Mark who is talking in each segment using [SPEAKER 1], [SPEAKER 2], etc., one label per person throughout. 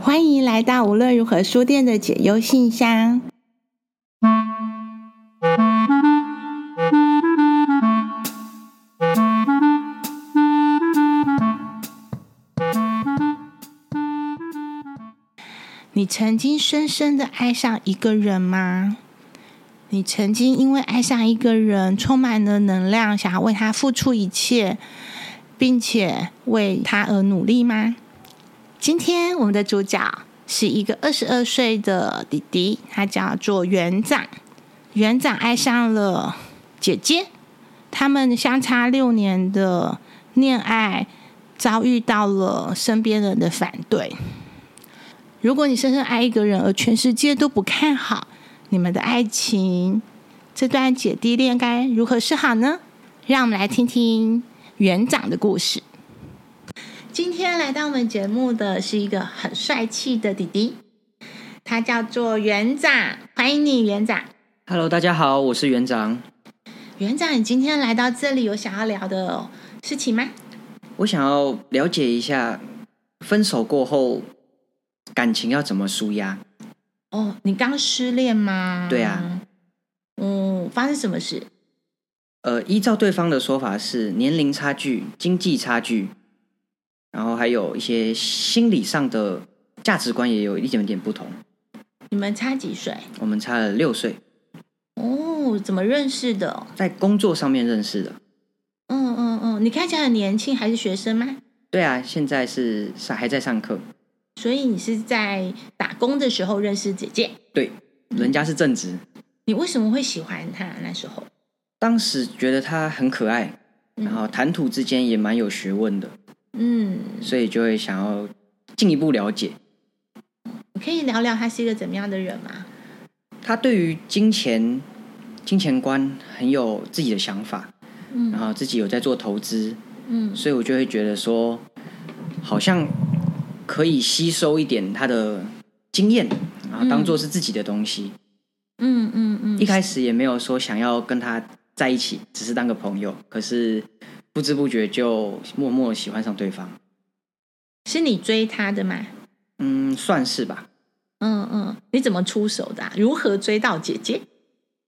[SPEAKER 1] 欢迎来到无论如何书店的解忧信箱。你曾经深深的爱上一个人吗？你曾经因为爱上一个人，充满了能量，想要为他付出一切，并且为他而努力吗？今天我们的主角是一个二十二岁的弟弟，他叫做园长。园长爱上了姐姐，他们相差六年的恋爱遭遇到了身边人的反对。如果你深深爱一个人，而全世界都不看好你们的爱情，这段姐弟恋该如何是好呢？让我们来听听园长的故事。今天来到我们节目的是一个很帅气的弟弟，他叫做园长，欢迎你，园长。
[SPEAKER 2] Hello，大家好，我是园长。
[SPEAKER 1] 园长，你今天来到这里有想要聊的事情吗？
[SPEAKER 2] 我想要了解一下，分手过后感情要怎么舒压？
[SPEAKER 1] 哦，你刚失恋吗？
[SPEAKER 2] 对啊。
[SPEAKER 1] 嗯，发生什么事？
[SPEAKER 2] 呃，依照对方的说法是年龄差距、经济差距，然后还有一些心理上的价值观也有一点点不同。
[SPEAKER 1] 你们差几岁？
[SPEAKER 2] 我们差了六岁，
[SPEAKER 1] 哦，怎么认识的？
[SPEAKER 2] 在工作上面认识的。
[SPEAKER 1] 嗯嗯嗯，你看起来很年轻，还是学生吗？
[SPEAKER 2] 对啊，现在是上还在上课，
[SPEAKER 1] 所以你是在打工的时候认识姐姐，
[SPEAKER 2] 对，人家是正职。
[SPEAKER 1] 你为什么会喜欢她？那时候，
[SPEAKER 2] 当时觉得他很可爱，然后谈吐之间也蛮有学问的。
[SPEAKER 1] 嗯，
[SPEAKER 2] 所以就会想要进一步了解
[SPEAKER 1] 你可以聊聊她是一个怎么样的人吗？
[SPEAKER 2] 他对于金钱、金钱观很有自己的想法，
[SPEAKER 1] 嗯
[SPEAKER 2] 然后自己有在做投资，
[SPEAKER 1] 嗯
[SPEAKER 2] 所以我就会觉得说，好像可以吸收一点他的经验，然后当做是自己的东西。
[SPEAKER 1] 嗯嗯嗯，
[SPEAKER 2] 一开始也没有说想要跟他在一起，只是当个朋友，可是不知不觉就默默喜欢上对方，
[SPEAKER 1] 是你追她的吗？
[SPEAKER 2] 嗯，算是吧。
[SPEAKER 1] 嗯嗯，你怎么出手的啊、如何追到姐姐？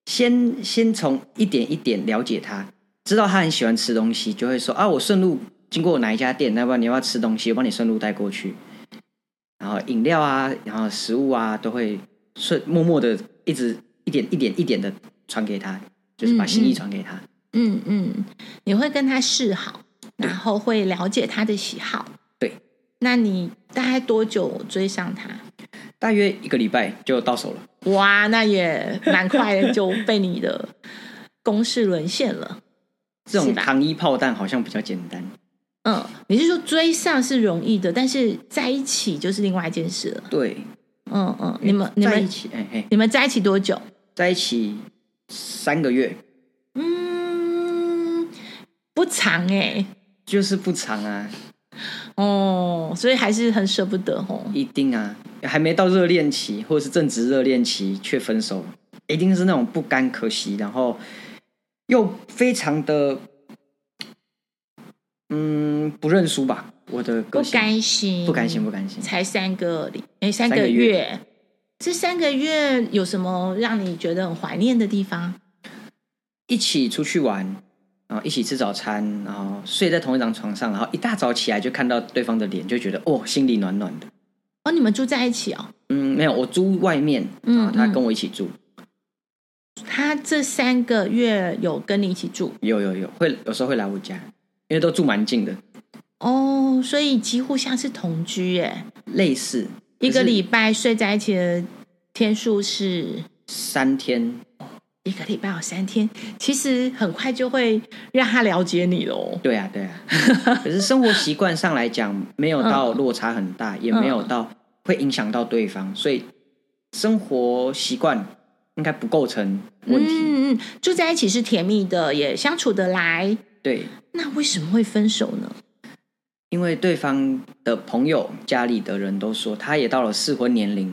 [SPEAKER 2] 先先从一点一点了解他，知道他很喜欢吃东西，就会说啊，我顺路经过哪一家店，要不然你要不要吃东西，我帮你顺路带过去。然后饮料啊，然后食物啊，都会顺默默的一直一点一点一点的传给他，就是把心意传给他。
[SPEAKER 1] 嗯嗯，你会跟她示好，然后会了解她的喜好。
[SPEAKER 2] 对，
[SPEAKER 1] 那你大概多久追上她？
[SPEAKER 2] 大约一个礼拜就到手了。
[SPEAKER 1] 哇，那也蛮快的，就被你的公式沦陷了。
[SPEAKER 2] 这
[SPEAKER 1] 是
[SPEAKER 2] 种
[SPEAKER 1] 吧
[SPEAKER 2] 糖衣炮弹好像比较简单。
[SPEAKER 1] 嗯，你是说追上是容易的，但是在一起就是另外一件事了。
[SPEAKER 2] 对，
[SPEAKER 1] 嗯嗯，你们你
[SPEAKER 2] 在一
[SPEAKER 1] 们
[SPEAKER 2] 起，哎哎，
[SPEAKER 1] 你们在一起多久？
[SPEAKER 2] 在一起三个月
[SPEAKER 1] 嗯，不长哎、
[SPEAKER 2] 就是不长啊，
[SPEAKER 1] 哦，所以还是很舍不得哦。
[SPEAKER 2] 一定啊，还没到热恋期或者是正值热恋期却分手，一定是那种不甘可惜，然后又非常的嗯不认输吧。我的
[SPEAKER 1] 不
[SPEAKER 2] 个性
[SPEAKER 1] 甘心，
[SPEAKER 2] 不甘心，不甘心。
[SPEAKER 1] 才三个礼，哎，三
[SPEAKER 2] 三
[SPEAKER 1] 个
[SPEAKER 2] 个月
[SPEAKER 1] 月。这三个月有什么让你觉得很怀念的地方？
[SPEAKER 2] 一起出去玩，然后一起吃早餐，然后睡在同一张床上，然后一大早起来就看到对方的脸，就觉得哦，心里暖暖的。
[SPEAKER 1] 哦，你们住在一起哦。
[SPEAKER 2] 嗯，没有，我租外面，
[SPEAKER 1] 嗯
[SPEAKER 2] 然后他
[SPEAKER 1] 嗯
[SPEAKER 2] 跟我一起住，
[SPEAKER 1] 他这三个月有跟你一起住
[SPEAKER 2] 有有有，会有时候会来我家，因为都住蛮近的，
[SPEAKER 1] 哦，所以几乎像是同居耶。
[SPEAKER 2] 类似
[SPEAKER 1] 一个
[SPEAKER 2] 可是
[SPEAKER 1] 礼拜睡在一起的天数是
[SPEAKER 2] 三天
[SPEAKER 1] 一个礼拜有三天，其实很快就会让他了解你喽。
[SPEAKER 2] 对啊，对啊。 可是生活习惯上来讲，没有到落差很大，也没有到会影响到对方，所以生活习惯应该不构成问题。
[SPEAKER 1] 嗯嗯，嗯住在一起是甜蜜的，也相处得来。
[SPEAKER 2] 对，
[SPEAKER 1] 那为什么会分手呢？
[SPEAKER 2] 因为对方的朋友、家里的人都说，他也到了适婚年龄。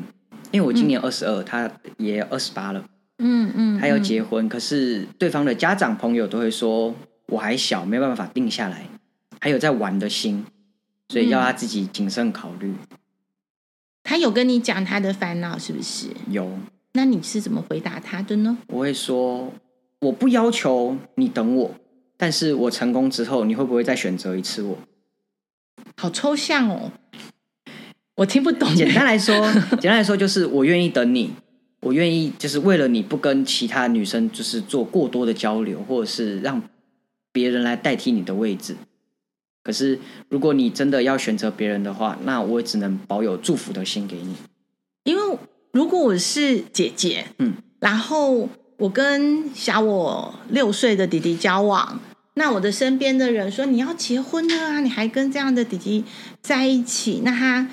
[SPEAKER 2] 因为我今年二十二，他也二十八了，
[SPEAKER 1] 嗯嗯，
[SPEAKER 2] 他要结婚。可是对方的家长朋友都会说，我还小，没办法定下来，还有在玩的心，所以要他自己谨慎考虑。
[SPEAKER 1] 他有跟你讲他的烦恼是不是？
[SPEAKER 2] 有，
[SPEAKER 1] 那你是怎么回答他的呢？
[SPEAKER 2] 我会说，我不要求你等我，但是我成功之后，你会不会再选择一次我？
[SPEAKER 1] 好抽象哦，我听不懂。
[SPEAKER 2] 简单来说，简单来说就是我愿意等你，我愿意就是为了你不跟其他女生就是做过多的交流，或者是让别人来代替你的位置。可是如果你真的要选择别人的话，那我只能保有祝福的心给你。
[SPEAKER 1] 因为如果我是姐姐，
[SPEAKER 2] 嗯，
[SPEAKER 1] 然后我跟小我六岁的弟弟交往，那我的身边的人说你要结婚了啊，你还跟这样的弟弟在一起，那他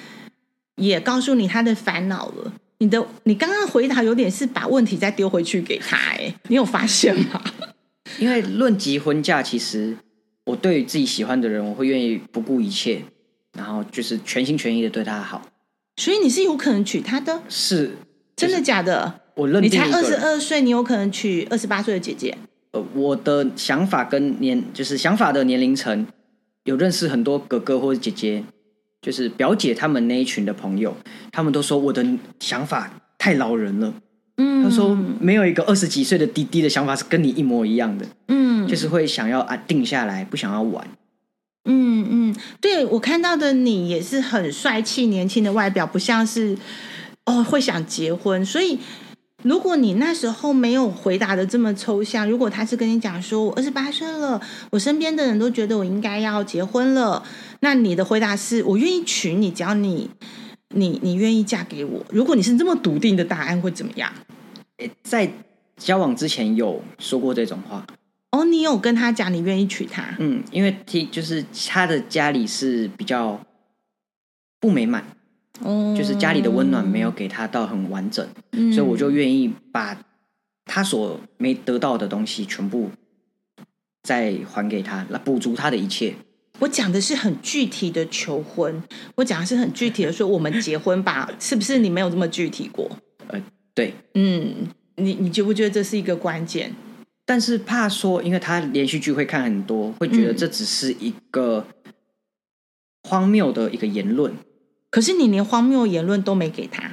[SPEAKER 1] 也告诉你他的烦恼了。你的你刚刚回答有点是把问题再丢回去给他、哎，你有发现吗？
[SPEAKER 2] 因为论及婚嫁，其实我对于自己喜欢的人，我会愿意不顾一切，然后就是全心全意的对他好。
[SPEAKER 1] 所以你是有可能娶她的，
[SPEAKER 2] 是
[SPEAKER 1] 真的假的？
[SPEAKER 2] 我认
[SPEAKER 1] 你
[SPEAKER 2] 定
[SPEAKER 1] 才
[SPEAKER 2] 一个
[SPEAKER 1] 二
[SPEAKER 2] 人
[SPEAKER 1] 十二岁，你有可能娶二十八岁的姐姐。
[SPEAKER 2] 呃，我的想法跟年就是想法的年龄层，有认识很多哥哥或者姐姐，就是表姐他们那一群的朋友，他们都说我的想法太老人了。
[SPEAKER 1] 嗯
[SPEAKER 2] 他说没有一个二十几岁的弟弟的想法是跟你一模一样的，
[SPEAKER 1] 嗯
[SPEAKER 2] 就是会想要啊定下来，不想要玩。
[SPEAKER 1] 嗯嗯，对我看到的你也是很帅气、年轻的外表，不像是哦会想结婚。所以，如果你那时候没有回答的这么抽象，如果他是跟你讲说我二十八岁了，我身边的人都觉得我应该要结婚了，那你的回答是我愿意娶你，只要你你你愿意嫁给我。如果你是这么笃定的答案，会怎么样？
[SPEAKER 2] 诶在交往之前有说过这种话，
[SPEAKER 1] 哦，你有跟他讲你愿意娶她？
[SPEAKER 2] 嗯，因为听就是他的家里是比较不美满，
[SPEAKER 1] 哦，
[SPEAKER 2] 嗯就是家里的温暖没有给他到很完整。
[SPEAKER 1] 嗯，
[SPEAKER 2] 所以我就愿意把他所没得到的东西全部再还给他，来补足他的一切。
[SPEAKER 1] 我讲的是很具体的求婚，我讲的是很具体的说我们结婚吧，是不是？你没有这么具体过？
[SPEAKER 2] 对，
[SPEAKER 1] 嗯，你你觉不觉得这是一个关键？
[SPEAKER 2] 但是怕说，因为他连续剧会看很多，会觉得
[SPEAKER 1] 嗯
[SPEAKER 2] 这只是一个荒谬的一个言论，
[SPEAKER 1] 可是你连荒谬言论都没给 他，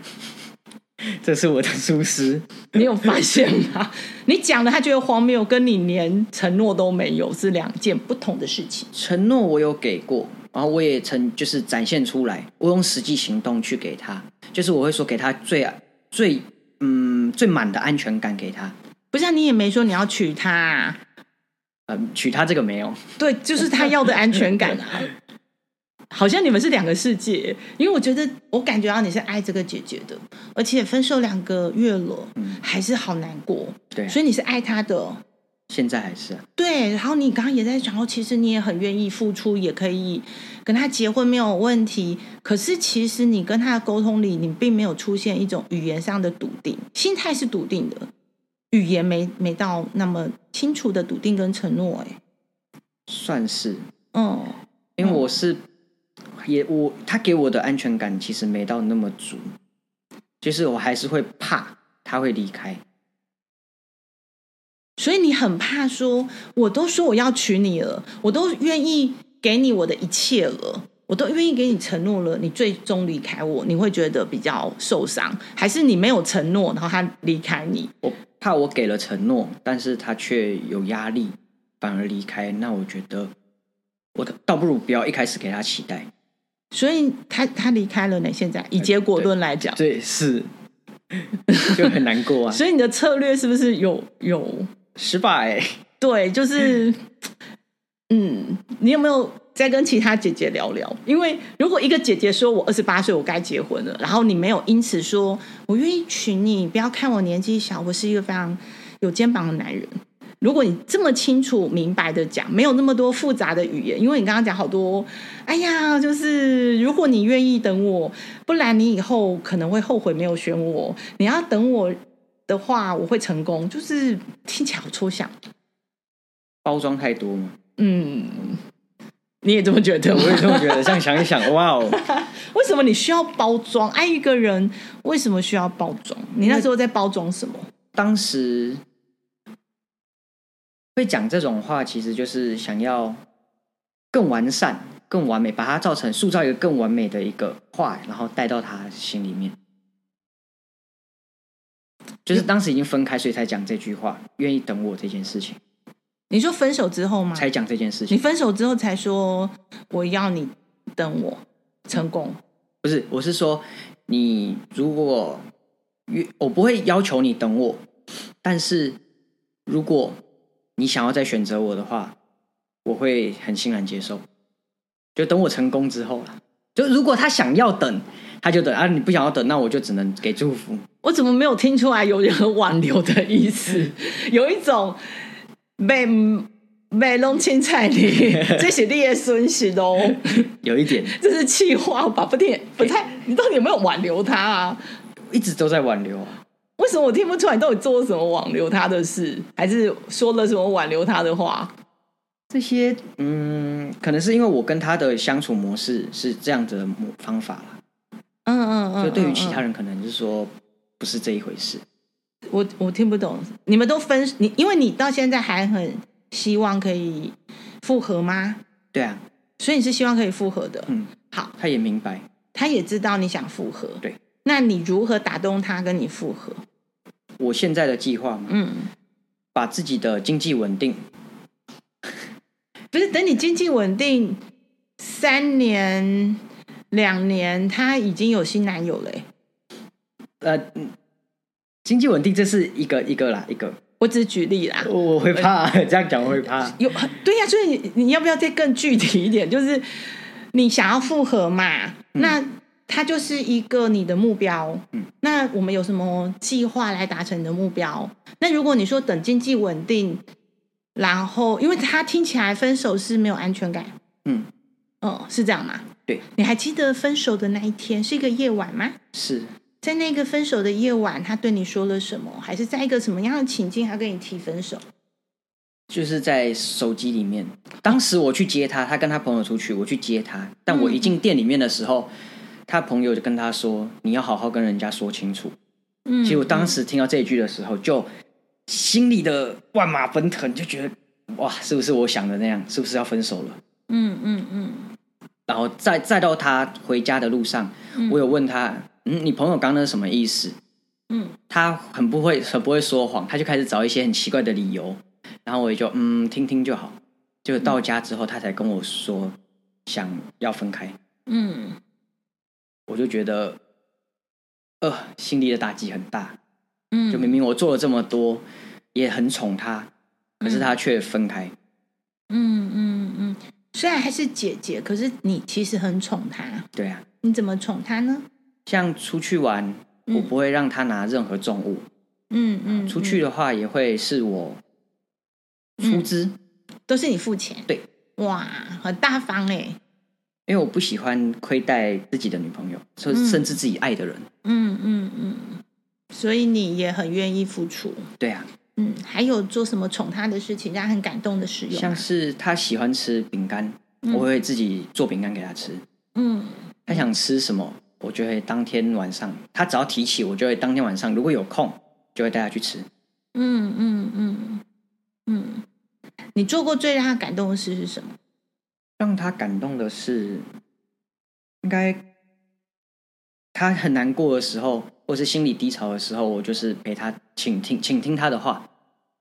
[SPEAKER 2] 这是我的疏失。
[SPEAKER 1] 你有发现吗？ 你讲的他觉得荒谬，跟你连承诺都没有是两件不同的事情。
[SPEAKER 2] 承诺我有给过，然后我也曾就是展现出来，我用实际行动去给他，就是我会说给他最最嗯最满的安全感给他。
[SPEAKER 1] 不是、啊、你也没说你要娶她、啊，
[SPEAKER 2] 嗯，娶她这个没有，
[SPEAKER 1] 对，就是他要的安全感 啊。好像你们是两个世界，因为我觉得我感觉到啊你是爱这个姐姐的，而且分手两个月了，
[SPEAKER 2] 嗯
[SPEAKER 1] 还是好难过，
[SPEAKER 2] 对啊，
[SPEAKER 1] 所以你是爱她的。哦
[SPEAKER 2] 现在还是啊、
[SPEAKER 1] 对，然后你刚刚也在讲哦，其实你也很愿意付出，也可以跟他结婚没有问题。可是其实你跟他的沟通里，你并没有出现一种语言上的笃定，心态是笃定的，语言没没到那么清楚的笃定跟承诺、欸。
[SPEAKER 2] 算是，
[SPEAKER 1] 嗯，
[SPEAKER 2] 因为我是、也我他给我的安全感其实没到那么足，就是我还是会怕他会离开。
[SPEAKER 1] 所以你很怕说，我都说我要娶你了，我都愿意给你我的一切了，我都愿意给你承诺了，你最终离开我，你会觉得比较受伤，还是你没有承诺，然后他离开你？
[SPEAKER 2] 我怕我给了承诺，但是他却有压力，反而离开。那我觉得我倒不如不要一开始给他期待。
[SPEAKER 1] 所以他他离开了呢？现在以结果论来讲，
[SPEAKER 2] 对，是就很难过 啊，
[SPEAKER 1] 所以你的策略是不是有有
[SPEAKER 2] 失败、
[SPEAKER 1] 对，就是，嗯，你有没有再跟其他姐姐聊聊？因为如果一个姐姐说我二十八岁，我该结婚了，然后你没有因此说我愿意娶你，不要看我年纪小，我是一个非常有肩膀的男人。如果你这么清楚明白的讲，没有那么多复杂的语言，因为你刚刚讲好多，哎呀，就是如果你愿意等我，不然你以后可能会后悔没有选我。你要等我的话，我会成功。就是听起来好抽象。
[SPEAKER 2] 包装太多嘛，
[SPEAKER 1] 嗯，你也这么觉得吗
[SPEAKER 2] 我？也这么觉得。这样想一想，哇哦，
[SPEAKER 1] 为什么你需要包装？爱一个人为什么需要包装？你那时候在包装什么？
[SPEAKER 2] 当时会讲这种话，其实就是想要更完善，更完美，把它造成塑造一个更完美的一个画，然后带到他心里面。就是当时已经分开，所以才讲这句话，愿意等我这件事情，
[SPEAKER 1] 你说分手之后吗？
[SPEAKER 2] 才讲这件事
[SPEAKER 1] 你
[SPEAKER 2] 情。
[SPEAKER 1] 分手之后才说我要你等我成功，
[SPEAKER 2] 不是，我是说，你如果愿，我不会要求你等我，但是如果你想要再选择我的话，我会很欣然接受。就等我成功之后了。就如果他想要等，他就等啊；你不想要等，那我就只能给祝福。
[SPEAKER 1] 我怎么没有听出来有人挽留的意思？ 有一种被被弄青菜 你，这是你的损失咯，
[SPEAKER 2] 有一点，
[SPEAKER 1] 这是气话吧？不听不太，你到底有没有挽留他啊？
[SPEAKER 2] 一直都在挽留啊。
[SPEAKER 1] 为什么我听不出来？你到底做了什么挽留他的事，还是说了什么挽留他的话？
[SPEAKER 2] 这些，嗯，可能是因为我跟他的相处模式是这样子的模方法啦，
[SPEAKER 1] 嗯嗯嗯
[SPEAKER 2] 就对于其他人可能是说不是这一回事。
[SPEAKER 1] 我我听不懂，你们都分你，因为你到现在还很希望可以复合吗？
[SPEAKER 2] 对啊，
[SPEAKER 1] 所以你是希望可以复合的。
[SPEAKER 2] 嗯，
[SPEAKER 1] 好，
[SPEAKER 2] 他也明白，
[SPEAKER 1] 他也知道你想复合，
[SPEAKER 2] 对。
[SPEAKER 1] 那你如何打动他跟你复合？
[SPEAKER 2] 我现在的计划嘛，
[SPEAKER 1] 嗯，
[SPEAKER 2] 把自己的经济稳定，
[SPEAKER 1] 不是等你经济稳定三年、两年，他已经有新男友了欸、
[SPEAKER 2] 呃，嗯经济稳定这是一个一个啦，一个，
[SPEAKER 1] 我只举例啦。
[SPEAKER 2] 我我会怕这样讲我会怕，
[SPEAKER 1] 有对呀、所以你你要不要再更具体一点？就是你想要复合嘛？那它就是一个你的目标。
[SPEAKER 2] 嗯，
[SPEAKER 1] 那我们有什么计划来达成你的目标？那如果你说等经济稳定，然后因为他听起来分手是没有安全感，
[SPEAKER 2] 嗯，
[SPEAKER 1] 嗯，是这样吗？
[SPEAKER 2] 对，
[SPEAKER 1] 你还记得分手的那一天是一个夜晚吗？
[SPEAKER 2] 是
[SPEAKER 1] 在那个分手的夜晚，他对你说了什么？还是在一个什么样的情境，他跟你提分手？
[SPEAKER 2] 就是在手机里面。当时我去接他，他跟他朋友出去，我去接他。但我一进店里面的时候，他朋友就跟他说：“你要好好跟人家说清楚。”
[SPEAKER 1] 嗯
[SPEAKER 2] 其实我当时听到这一句的时候，就心里的万马奔腾，就觉得哇，是不是我想的那样？是不是要分手了？
[SPEAKER 1] 嗯嗯嗯，
[SPEAKER 2] 然后再再到他回家的路上，我有问他：“嗯，你朋友刚刚那是什么意思？”
[SPEAKER 1] 嗯，
[SPEAKER 2] 他很不会，很不会说谎，他就开始找一些很奇怪的理由。然后我也就嗯听听就好。就到家之后，他才跟我说想要分开，
[SPEAKER 1] 嗯，
[SPEAKER 2] 我就觉得，呃，心里的打击很大。
[SPEAKER 1] 嗯
[SPEAKER 2] 就明明我做了这么多，也很宠他，可是他却分开。
[SPEAKER 1] 嗯嗯嗯，虽然还是姐姐，可是你其实很宠她，
[SPEAKER 2] 对啊，
[SPEAKER 1] 你怎么宠她呢？
[SPEAKER 2] 像出去玩，
[SPEAKER 1] 嗯
[SPEAKER 2] 我不会让他拿任何重物。
[SPEAKER 1] 嗯嗯，
[SPEAKER 2] 出去的话，也会是我
[SPEAKER 1] 嗯
[SPEAKER 2] 出资，
[SPEAKER 1] 都是你付钱，
[SPEAKER 2] 对，
[SPEAKER 1] 哇，很大方哎，
[SPEAKER 2] 因为我不喜欢亏待自己的女朋友，甚
[SPEAKER 1] 嗯
[SPEAKER 2] 甚至自己爱的人。
[SPEAKER 1] 嗯嗯嗯，所以你也很愿意付出，
[SPEAKER 2] 对啊，
[SPEAKER 1] 嗯，还有做什么宠她的事情，让她很感动的事有啊嗯
[SPEAKER 2] 像
[SPEAKER 1] 吗？
[SPEAKER 2] 是他喜欢吃饼干，我会自己做饼干给他吃。
[SPEAKER 1] 嗯
[SPEAKER 2] 他想吃什么，我就会当天晚上，他只要提起，我就会当天晚上如果有空，就会带他去吃。
[SPEAKER 1] 嗯嗯嗯嗯，你做过最让她感动的事是什么？
[SPEAKER 2] 让他感动的是，应该他很难过的时候，或是心理低潮的时候，我就是陪他倾听，倾听他的话，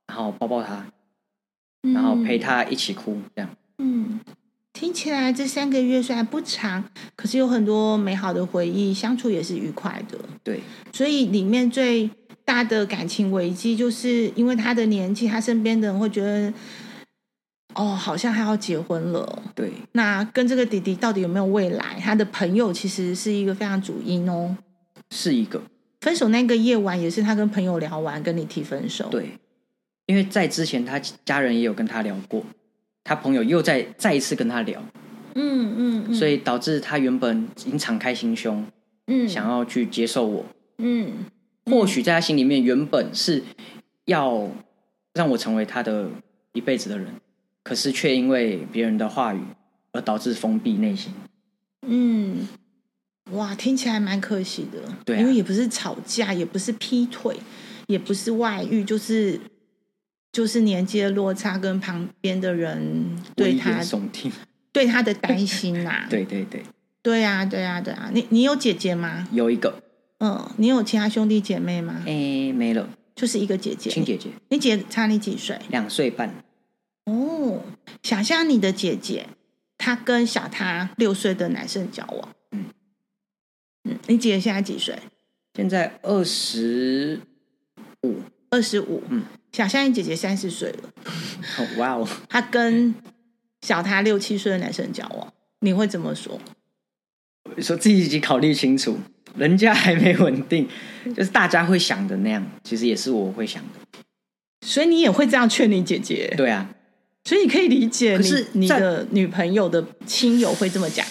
[SPEAKER 2] 然后抱抱他，
[SPEAKER 1] 嗯
[SPEAKER 2] 然后陪
[SPEAKER 1] 她。
[SPEAKER 2] 他一起哭，这样。
[SPEAKER 1] 嗯，听起来这三个月虽然不长，可是有很多美好的回忆，相处也是愉快的。
[SPEAKER 2] 对，
[SPEAKER 1] 所以里面最大的感情危机，就是因为他的年纪，他身边的人会觉得，哦，好像他要结婚了。
[SPEAKER 2] 对，
[SPEAKER 1] 那跟这个弟弟到底有没有未来？他的朋友其实是一个非常主因哦。
[SPEAKER 2] 是一个
[SPEAKER 1] 分手那个夜晚，也是他跟朋友聊完，跟你提分手。，
[SPEAKER 2] 对，因为在之前他家人也有跟他聊过，他朋友又再再一次跟他聊，
[SPEAKER 1] 嗯嗯，嗯
[SPEAKER 2] 所以导致他原本已经敞开心胸，
[SPEAKER 1] 嗯
[SPEAKER 2] 想要去接受我，
[SPEAKER 1] 嗯
[SPEAKER 2] 或许在他心里面原本是要让我成为他的一辈子的人，可是却因为别人的话语而导致封闭内心。
[SPEAKER 1] 嗯，哇，听起来蛮可惜的。
[SPEAKER 2] 对啊
[SPEAKER 1] 因为也不是吵架，也不是劈腿，也不是外遇，就是就是年纪的落差跟旁边的人对
[SPEAKER 2] 危
[SPEAKER 1] 他
[SPEAKER 2] 言耸听，
[SPEAKER 1] 对他的担心呐、
[SPEAKER 2] 对对对，
[SPEAKER 1] 对啊，对啊，对啊。你你有姐姐吗？
[SPEAKER 2] 有一个，
[SPEAKER 1] 嗯，你有其他兄弟姐妹吗？
[SPEAKER 2] 哎，没了，
[SPEAKER 1] 就是一个姐姐。
[SPEAKER 2] 亲姐姐，
[SPEAKER 1] 你姐差你几岁？
[SPEAKER 2] 两岁半，
[SPEAKER 1] 哦，想象你的姐姐，她跟小她六岁的男生交往。
[SPEAKER 2] 嗯
[SPEAKER 1] 嗯，你姐现在几岁？
[SPEAKER 2] 现在二十五，
[SPEAKER 1] 二十五。
[SPEAKER 2] 嗯，
[SPEAKER 1] 想象你姐姐三十岁了，
[SPEAKER 2] 哦哇哦，
[SPEAKER 1] 她跟小她六七岁的男生交往，你会怎么说？
[SPEAKER 2] 说自己已经考虑清楚，人家还没稳定，就是大家会想的那样，其实也是我会想的。
[SPEAKER 1] 所以你也会这样劝你姐姐，
[SPEAKER 2] 对啊，
[SPEAKER 1] 所以你可以理解
[SPEAKER 2] 可
[SPEAKER 1] 你
[SPEAKER 2] 是
[SPEAKER 1] 你
[SPEAKER 2] 在
[SPEAKER 1] 的女朋友的亲友会这么讲。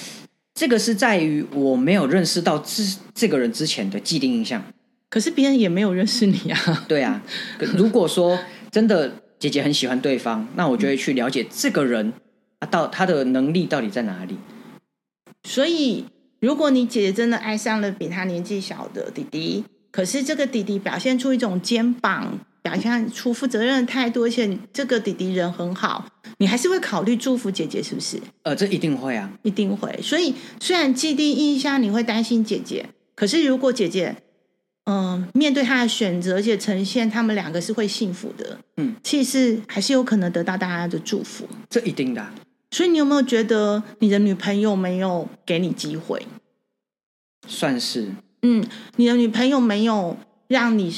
[SPEAKER 2] 这个是在于我没有认识到这这个人之前的既定印象。
[SPEAKER 1] 可是别人也没有认识你啊，
[SPEAKER 2] 对啊，可如果说真的姐姐很喜欢对方，那我就会去了解这个人啊，到他的能力到底在哪里。
[SPEAKER 1] 所以如果你姐姐真的爱上了比她年纪小的弟弟，可是这个弟弟表现出一种肩膀，表现出负责任的态度，而且这个弟弟人很好，你还是会考虑祝福姐姐，是不是？
[SPEAKER 2] 呃，这一定会啊，
[SPEAKER 1] 一定会。所以虽然既定印象你会担心姐姐，可是如果姐姐嗯、面对她的选择，而且呈现他们两个是会幸福的，
[SPEAKER 2] 嗯，
[SPEAKER 1] 其实还是有可能得到大家的祝福。
[SPEAKER 2] 这一定的啊、
[SPEAKER 1] 所以你有没有觉得你的女朋友没有给你机会？
[SPEAKER 2] 算是
[SPEAKER 1] 嗯，你的女朋友没有让你，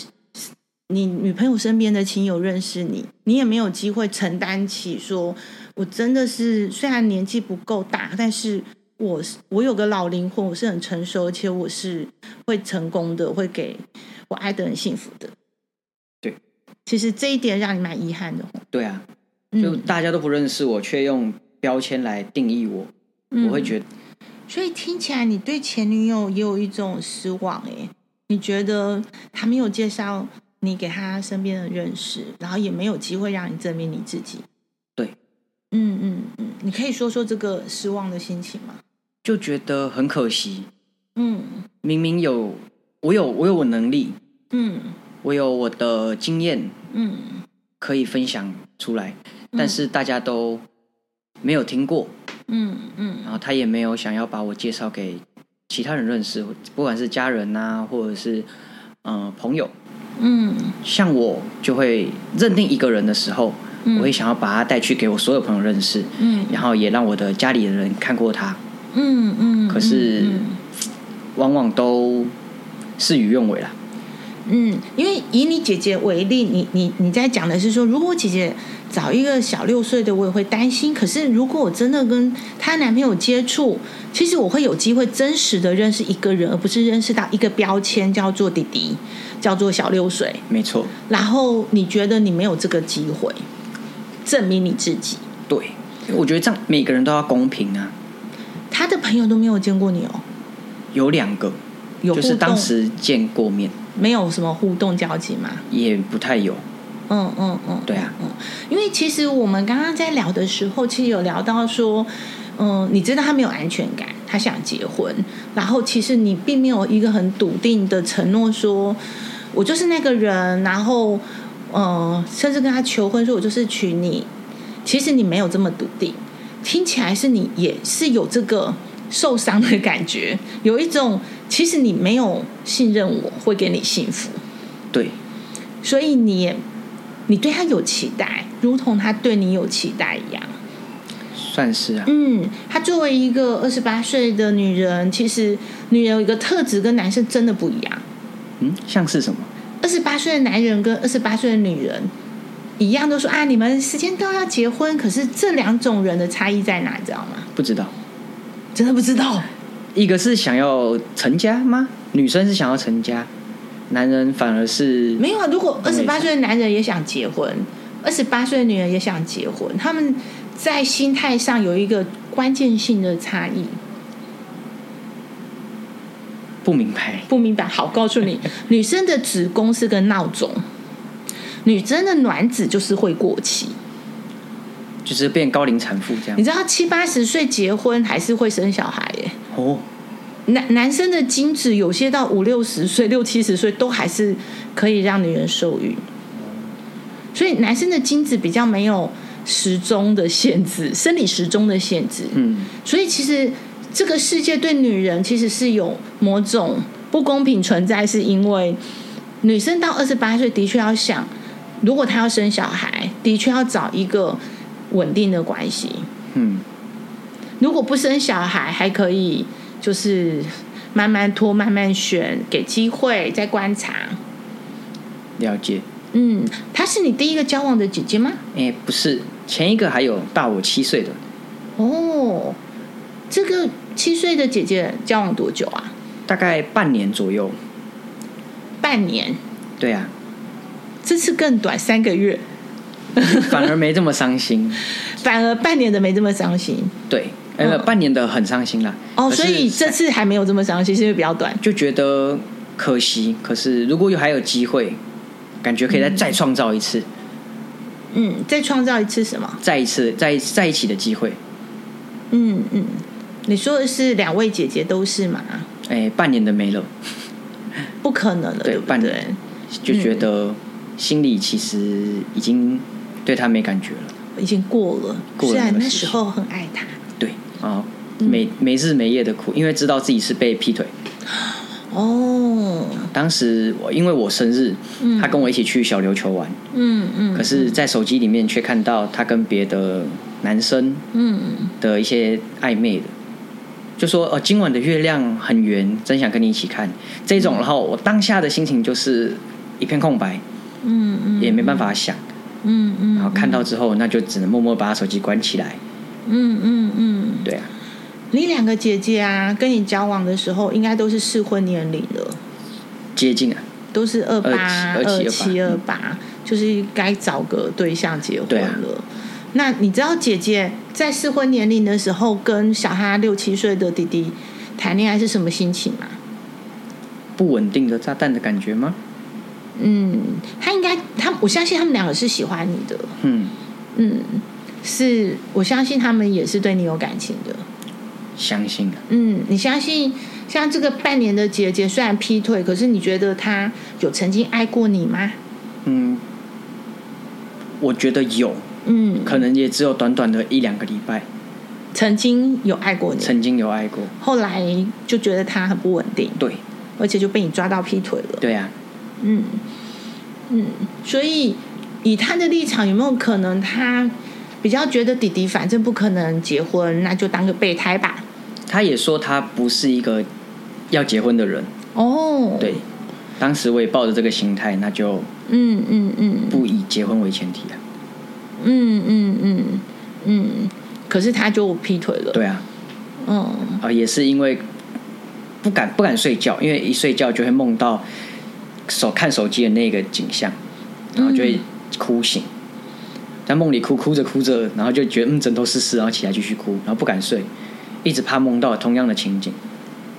[SPEAKER 1] 你女朋友身边的亲友认识你，你也没有机会承担起说，我真的是虽然年纪不够大，但是我是我有个老灵魂，我是很成熟，而且我是会成功的，会给我爱的人幸福的。
[SPEAKER 2] 对，
[SPEAKER 1] 其实这一点让你蛮遗憾的哦。
[SPEAKER 2] 对啊，就
[SPEAKER 1] 嗯，
[SPEAKER 2] 大家都不认识我，却用标签来定义我，我会
[SPEAKER 1] 嗯
[SPEAKER 2] 觉得
[SPEAKER 1] 所以听起来你对前女友也有一种失望诶、你觉得他没有介绍你给他身边的认识，然后也没有机会让你证明你自己。
[SPEAKER 2] 对，
[SPEAKER 1] 嗯嗯嗯，你可以说说这个失望的心情吗？
[SPEAKER 2] 就觉得很可惜。
[SPEAKER 1] 嗯
[SPEAKER 2] 明明有我有我有我能力，
[SPEAKER 1] 嗯
[SPEAKER 2] 我有我的经验
[SPEAKER 1] 嗯
[SPEAKER 2] 可以分享出来，但是大家都没有听过，
[SPEAKER 1] 嗯嗯
[SPEAKER 2] 然后他也没有想要把我介绍给其他人认识，不管是家人呐、或者是呃朋友。
[SPEAKER 1] 嗯
[SPEAKER 2] 像我就会认定一个人的时候，
[SPEAKER 1] 嗯
[SPEAKER 2] 我会想要把他带去给我所有朋友认识，
[SPEAKER 1] 嗯
[SPEAKER 2] 然后也让我的家里的人看过他，
[SPEAKER 1] 嗯嗯，
[SPEAKER 2] 可是往往都事与愿违啦。
[SPEAKER 1] 嗯，因为以你姐姐为例，你你你在讲的是说，如果我姐姐找一个小六岁的，我也会担心。可是如果我真的跟她男朋友接触，其实我会有机会真实的认识一个人，而不是认识到一个标签叫做弟弟，叫做小六岁。
[SPEAKER 2] 没错，
[SPEAKER 1] 然后你觉得你没有这个机会证明你自己，
[SPEAKER 2] 对，我觉得这样每个人都要公平啊。
[SPEAKER 1] 他的朋友都没有见过你哦，
[SPEAKER 2] 有两个，
[SPEAKER 1] 有
[SPEAKER 2] 就
[SPEAKER 1] 互
[SPEAKER 2] 是
[SPEAKER 1] 动
[SPEAKER 2] 当时见过面，
[SPEAKER 1] 没有什么互动交集吗？
[SPEAKER 2] 也不太有。
[SPEAKER 1] 嗯嗯嗯，
[SPEAKER 2] 对啊
[SPEAKER 1] 嗯，嗯因为其实我们刚刚在聊的时候，其实有聊到说，嗯，你知道他没有安全感，他想结婚，然后其实你并没有一个很笃定的承诺说，我就是那个人，然后，呃，甚至跟他求婚说，我就是娶你，其实你没有这么笃定，听起来是你也是有这个受伤的感觉，有一种其实你没有信任我会给你幸福，
[SPEAKER 2] 对，
[SPEAKER 1] 所以你也你对他有期待，如同他对你有期待一样。
[SPEAKER 2] 算是啊。
[SPEAKER 1] 嗯，她作为一个二十八岁的女人，其实女人有一个特质跟男生真的不一样。
[SPEAKER 2] 嗯，像是什么？
[SPEAKER 1] 二十八岁的男人跟二十八岁的女人一样，都说啊，你们时间到要结婚。可是这两种人的差异在哪，你知道吗？
[SPEAKER 2] 不知道。
[SPEAKER 1] 真的不知道。
[SPEAKER 2] 一个是想要成家吗？女生是想要成家，男人反而是
[SPEAKER 1] 没有啊，如果
[SPEAKER 2] 我
[SPEAKER 1] 二十
[SPEAKER 2] 也想
[SPEAKER 1] 八岁的男人也想结婚，二十八岁的女人也想结婚，他们在心态上有一个关键性的差异。
[SPEAKER 2] 不明白。
[SPEAKER 1] 不明白，好，告诉你，女生的子宫是个闹钟，女生的卵子就是会过期。
[SPEAKER 2] 就是变高龄产妇这样
[SPEAKER 1] 你。知道七八十岁结婚还是会生小孩耶？
[SPEAKER 2] 哦，
[SPEAKER 1] 男男生的精子有些到五六十岁、六七十岁都还是可以让女人受孕，所以男生的精子比较没有时钟的限制，生理时钟的限制。
[SPEAKER 2] 嗯，
[SPEAKER 1] 所以其实这个世界对女人其实是有某种不公平存在，是因为女生到二十八岁的确要想，如果她要生小孩，的确要找一个稳定的关系。
[SPEAKER 2] 嗯，
[SPEAKER 1] 如果不生小孩，还可以就是慢慢拖、慢慢选，给机会，再观察。
[SPEAKER 2] 了解。
[SPEAKER 1] 嗯，她是你第一个交往的姐姐吗？
[SPEAKER 2] 哎，不是，前一个还有大我七岁的，
[SPEAKER 1] 哦，这个七岁的姐姐交往多久啊？
[SPEAKER 2] 大概半年左右。
[SPEAKER 1] 半年，
[SPEAKER 2] 对 啊，
[SPEAKER 1] 这次更短，三个月，
[SPEAKER 2] 反而没这么伤心。
[SPEAKER 1] 反而半年的没这么伤心。
[SPEAKER 2] 对，哎、
[SPEAKER 1] 嗯
[SPEAKER 2] 半年的很伤心啦。
[SPEAKER 1] 哦，
[SPEAKER 2] 可是
[SPEAKER 1] 所以这次还没有这么伤心，是因为比较短。
[SPEAKER 2] 就觉得可惜。可是如果有还有机会，感觉可以再再创造一次，
[SPEAKER 1] 嗯，再创造一次什么？
[SPEAKER 2] 再一次在在一起的机会。
[SPEAKER 1] 嗯嗯，你说的是两位姐姐都是吗？
[SPEAKER 2] 哎、半年的没了，
[SPEAKER 1] 不可能的，
[SPEAKER 2] 对
[SPEAKER 1] 对不
[SPEAKER 2] 半
[SPEAKER 1] 对？嗯
[SPEAKER 2] 就觉得心里其实已经对他没感觉了。
[SPEAKER 1] 已经过了，
[SPEAKER 2] 过了
[SPEAKER 1] 虽然
[SPEAKER 2] 那个
[SPEAKER 1] 那
[SPEAKER 2] 时期
[SPEAKER 1] 时候很爱他。
[SPEAKER 2] 对啊，
[SPEAKER 1] 嗯
[SPEAKER 2] 没没日没夜的哭，因为知道自己是被劈腿。
[SPEAKER 1] 哦，
[SPEAKER 2] 当时我因为我生日，他跟我一起去小琉球玩，
[SPEAKER 1] 嗯嗯，
[SPEAKER 2] 可是，在手机里面却看到他跟别的男生
[SPEAKER 1] 嗯
[SPEAKER 2] 的一些暧昧的，就说呃今晚的月亮很圆，真想跟你一起看这种，然后我当下的心情就是一片空白，
[SPEAKER 1] 嗯嗯
[SPEAKER 2] 也没办法想，
[SPEAKER 1] 嗯嗯，
[SPEAKER 2] 然后看到之后，那就只能默默把手机关起来。
[SPEAKER 1] 嗯嗯嗯，
[SPEAKER 2] 对啊，
[SPEAKER 1] 你两个姐姐啊，跟你交往的时候，应该都是适婚年龄了，
[SPEAKER 2] 接近啊，
[SPEAKER 1] 都是二八、
[SPEAKER 2] 27
[SPEAKER 1] 七、二八，就是该找个对象结婚
[SPEAKER 2] 对啊
[SPEAKER 1] 了。那你知道姐姐在适婚年龄的时候，跟小她六七岁的弟弟谈恋爱是什么心情吗？
[SPEAKER 2] 不稳定的炸弹的感觉吗？
[SPEAKER 1] 嗯，她应该，她我相信他们两个是喜欢你的，
[SPEAKER 2] 嗯，
[SPEAKER 1] 嗯，是我相信他们也是对你有感情的。
[SPEAKER 2] 相信啊，
[SPEAKER 1] 嗯，你相信像这个半年的姐姐虽然劈腿，可是你觉得她有曾经爱过你吗？
[SPEAKER 2] 嗯，我觉得有，
[SPEAKER 1] 嗯，
[SPEAKER 2] 可能也只有短短的一两个礼拜，
[SPEAKER 1] 曾经有爱过你，
[SPEAKER 2] 曾经有爱过。
[SPEAKER 1] 后来就觉得她很不稳定，
[SPEAKER 2] 对，
[SPEAKER 1] 而且就被你抓到劈腿了。
[SPEAKER 2] 对啊，
[SPEAKER 1] 嗯嗯，所以以她的立场，有没有可能她比较觉得弟弟反正不可能结婚，那就当个备胎吧？
[SPEAKER 2] 他也说他不是一个要结婚的人。
[SPEAKER 1] 哦，
[SPEAKER 2] 对，，当时我也抱着这个心态，那就
[SPEAKER 1] 嗯嗯嗯
[SPEAKER 2] 不以结婚为前提啊。
[SPEAKER 1] 嗯嗯嗯嗯，可是她就劈腿了。，
[SPEAKER 2] 对啊，
[SPEAKER 1] 嗯。
[SPEAKER 2] 啊、也是因为不敢不敢睡觉，因为一睡觉就会梦到手看手机的那个景象，然后就会哭醒。在梦里哭，哭着哭着，然后就觉得嗯枕头湿湿，然后起来继续哭，然后不敢睡，一直怕梦到同样的情景，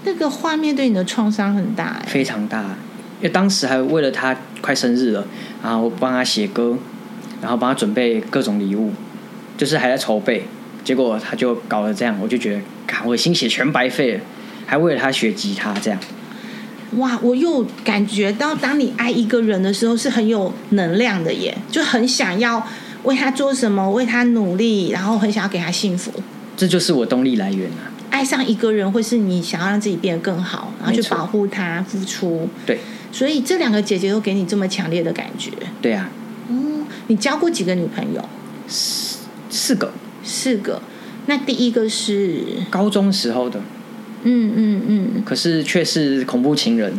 [SPEAKER 1] 那个画面对你的创伤很大哎、
[SPEAKER 2] 非常大。因为当时还为了他快生日了，然后帮他写歌，然后帮他准备各种礼物，就是还在筹备。结果他就搞了这样，我就觉得，嘎，我的心血全白费了，还为了他学吉他这样。
[SPEAKER 1] 哇！我又感觉到，当你爱一个人的时候是很有能量的耶，就很想要为他做什么，为他努力，然后很想要给他幸福。
[SPEAKER 2] 这就是我动力来源啊！
[SPEAKER 1] 爱上一个人，会是你想要让自己变得更好，然后去
[SPEAKER 2] 没错
[SPEAKER 1] 保护他、付出。
[SPEAKER 2] 对，
[SPEAKER 1] 所以这两个姐姐都给你这么强烈的感觉。
[SPEAKER 2] 对啊，
[SPEAKER 1] 嗯，你交过几个女朋友？
[SPEAKER 2] 四个
[SPEAKER 1] 四个。那第一个是，
[SPEAKER 2] 高中时候的，
[SPEAKER 1] 嗯嗯嗯，
[SPEAKER 2] 可是却是恐怖情人，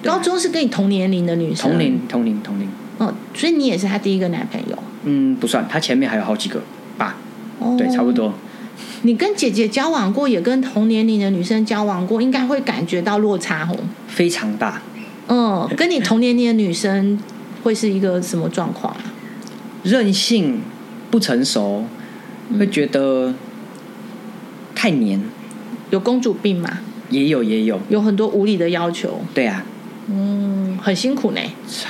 [SPEAKER 2] 对啊
[SPEAKER 1] 高中是跟你同年龄的女生，
[SPEAKER 2] 同龄同龄同龄，
[SPEAKER 1] 嗯，所以你也是她第一个男朋友。
[SPEAKER 2] 嗯，不算，他前面还有好几个吧，
[SPEAKER 1] 哦
[SPEAKER 2] 对，差不。多。
[SPEAKER 1] 你跟姐姐交往过，也跟同年龄的女生交往过，应该会感觉到落差哦。
[SPEAKER 2] 非常大，
[SPEAKER 1] 嗯，跟你同年龄的女生会是一个什么状况啊？
[SPEAKER 2] 任性不成熟，会觉得太黏，
[SPEAKER 1] 有公主病嘛？
[SPEAKER 2] 也有也有，
[SPEAKER 1] 有很多无理的要求，
[SPEAKER 2] 对啊，
[SPEAKER 1] 嗯，很辛苦呢。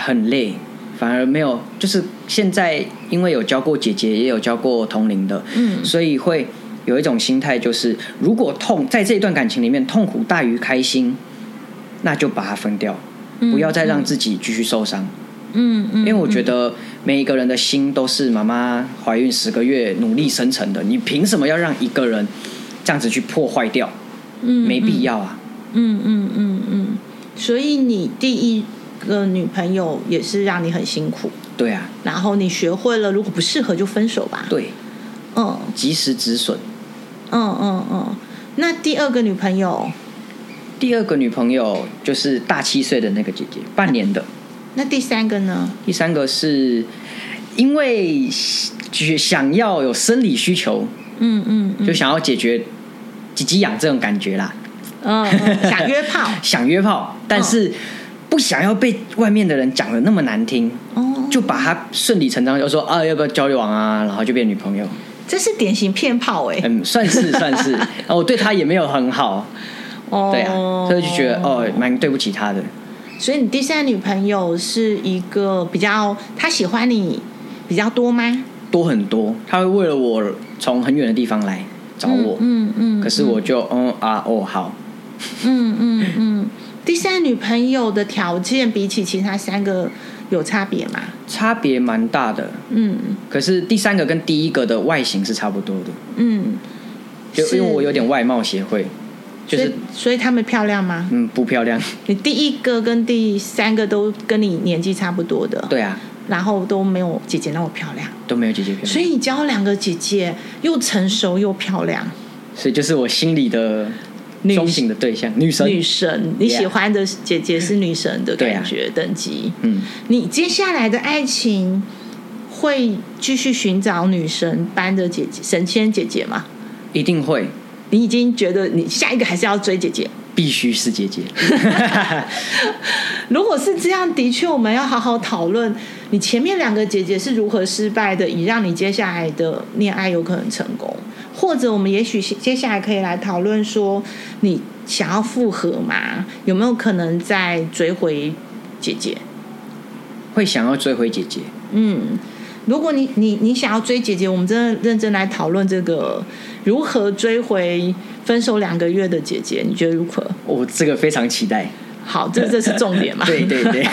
[SPEAKER 2] 很累，反而没有，就是现在因为有教过姐姐，也有教过同龄的，
[SPEAKER 1] 嗯
[SPEAKER 2] 所以会有一种心态，就是如果痛在这一段感情里面痛苦大于开心，那就把它分掉，不要再让自己继续受伤。
[SPEAKER 1] 嗯嗯，
[SPEAKER 2] 因为我觉得每一个人的心都是妈妈怀孕十个月努力生成的，你凭什么要让一个人这样子去破坏掉？
[SPEAKER 1] 嗯
[SPEAKER 2] 没必要啊。
[SPEAKER 1] 嗯嗯嗯嗯，所以你第一个女朋友也是让你很辛苦，
[SPEAKER 2] 对啊，
[SPEAKER 1] 然后你学会了，如果不适合就分手吧。，
[SPEAKER 2] 对，
[SPEAKER 1] 嗯
[SPEAKER 2] 及时止损。
[SPEAKER 1] 嗯嗯嗯。那第二个女朋友，
[SPEAKER 2] 第二个女朋友就是大七岁的那个姐姐，半年的。
[SPEAKER 1] 那第三个呢？
[SPEAKER 2] 第三个是因为想想要有生理需求，
[SPEAKER 1] 嗯嗯嗯
[SPEAKER 2] 就想要解决鸡鸡痒这种感觉啦，
[SPEAKER 1] 嗯， 嗯想约炮
[SPEAKER 2] 想约炮，但是不想要被外面的人讲的那么难听，
[SPEAKER 1] 哦，
[SPEAKER 2] 就把它顺理成章就说啊，要不要交往啊，然后就变女 朋友。
[SPEAKER 1] 这是典型骗炮哎、
[SPEAKER 2] 嗯，算是算是，然后我对她也没有很好，
[SPEAKER 1] 哦，
[SPEAKER 2] 对啊，所以就觉得哦，蛮对不起她的。
[SPEAKER 1] 所以你第三女朋友是一个比较，她喜欢你比较多吗？
[SPEAKER 2] 多很多，她会为了我从很远的地方来找我，
[SPEAKER 1] 嗯嗯，
[SPEAKER 2] 可是我就嗯啊哦好，
[SPEAKER 1] 嗯嗯嗯，第三女朋友的条件比起其他三个有差别吗？
[SPEAKER 2] 差别蛮大的。
[SPEAKER 1] 嗯
[SPEAKER 2] 可是第三个跟第一个的外形是差不多的，
[SPEAKER 1] 嗯，
[SPEAKER 2] 就是因为我有点外貌协会，就
[SPEAKER 1] 所
[SPEAKER 2] 是
[SPEAKER 1] 以所以她们漂亮吗？
[SPEAKER 2] 嗯不漂亮，
[SPEAKER 1] 你第一个跟第三个都跟你年纪差不多的，
[SPEAKER 2] 对啊，
[SPEAKER 1] 然后都没有姐姐那么漂亮，
[SPEAKER 2] 都没有姐姐漂亮，
[SPEAKER 1] 所以你交两个姐姐又成熟又漂亮，
[SPEAKER 2] 所以就是我心里的
[SPEAKER 1] 女
[SPEAKER 2] 中型的对象，女生，
[SPEAKER 1] 女神，你
[SPEAKER 2] Yeah
[SPEAKER 1] 喜欢的姐姐是女神的
[SPEAKER 2] 对啊
[SPEAKER 1] 感觉、等级。
[SPEAKER 2] 嗯，
[SPEAKER 1] 你接下来的爱情会继续寻找女神般的姐姐、神仙姐姐吗？
[SPEAKER 2] 一定会，
[SPEAKER 1] 你已经觉得你下一个还是要追姐姐。
[SPEAKER 2] 必须是姐 姐，
[SPEAKER 1] 如果是这样，的确我们要好好讨论你前面两个姐姐是如何失败的，以让你接下来的恋爱有可能成功。或者我们也许接下来可以来讨论说，你想要复合吗？有没有可能再追回姐姐？
[SPEAKER 2] 会想要追回姐姐，
[SPEAKER 1] 嗯，如果你你你想要追姐姐，我们真的认真来讨论这个如何追回分手两个月的姐姐，你觉得如何？
[SPEAKER 2] 我这个非常期待，
[SPEAKER 1] 好，这这是重点嘛？
[SPEAKER 2] 对对对，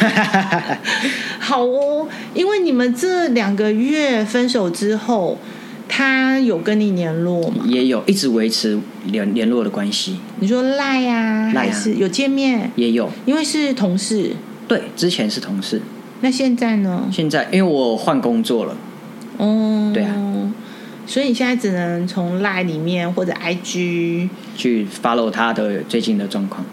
[SPEAKER 1] 好哦，因为你们这两个月分手之后，他有跟你联络吗？
[SPEAKER 2] 也有一直维持联联络的关系，
[SPEAKER 1] 你说赖呀、
[SPEAKER 2] 赖啊
[SPEAKER 1] 还是有见面？
[SPEAKER 2] 也有，
[SPEAKER 1] 因为是同事，
[SPEAKER 2] 对，之前是同事，
[SPEAKER 1] 那现在呢？
[SPEAKER 2] 现在因为我换工作了，
[SPEAKER 1] 哦，
[SPEAKER 2] 对
[SPEAKER 1] 啊，所以你现在只能从赖里面或者 IG，
[SPEAKER 2] 去 follow 他的最近的状况。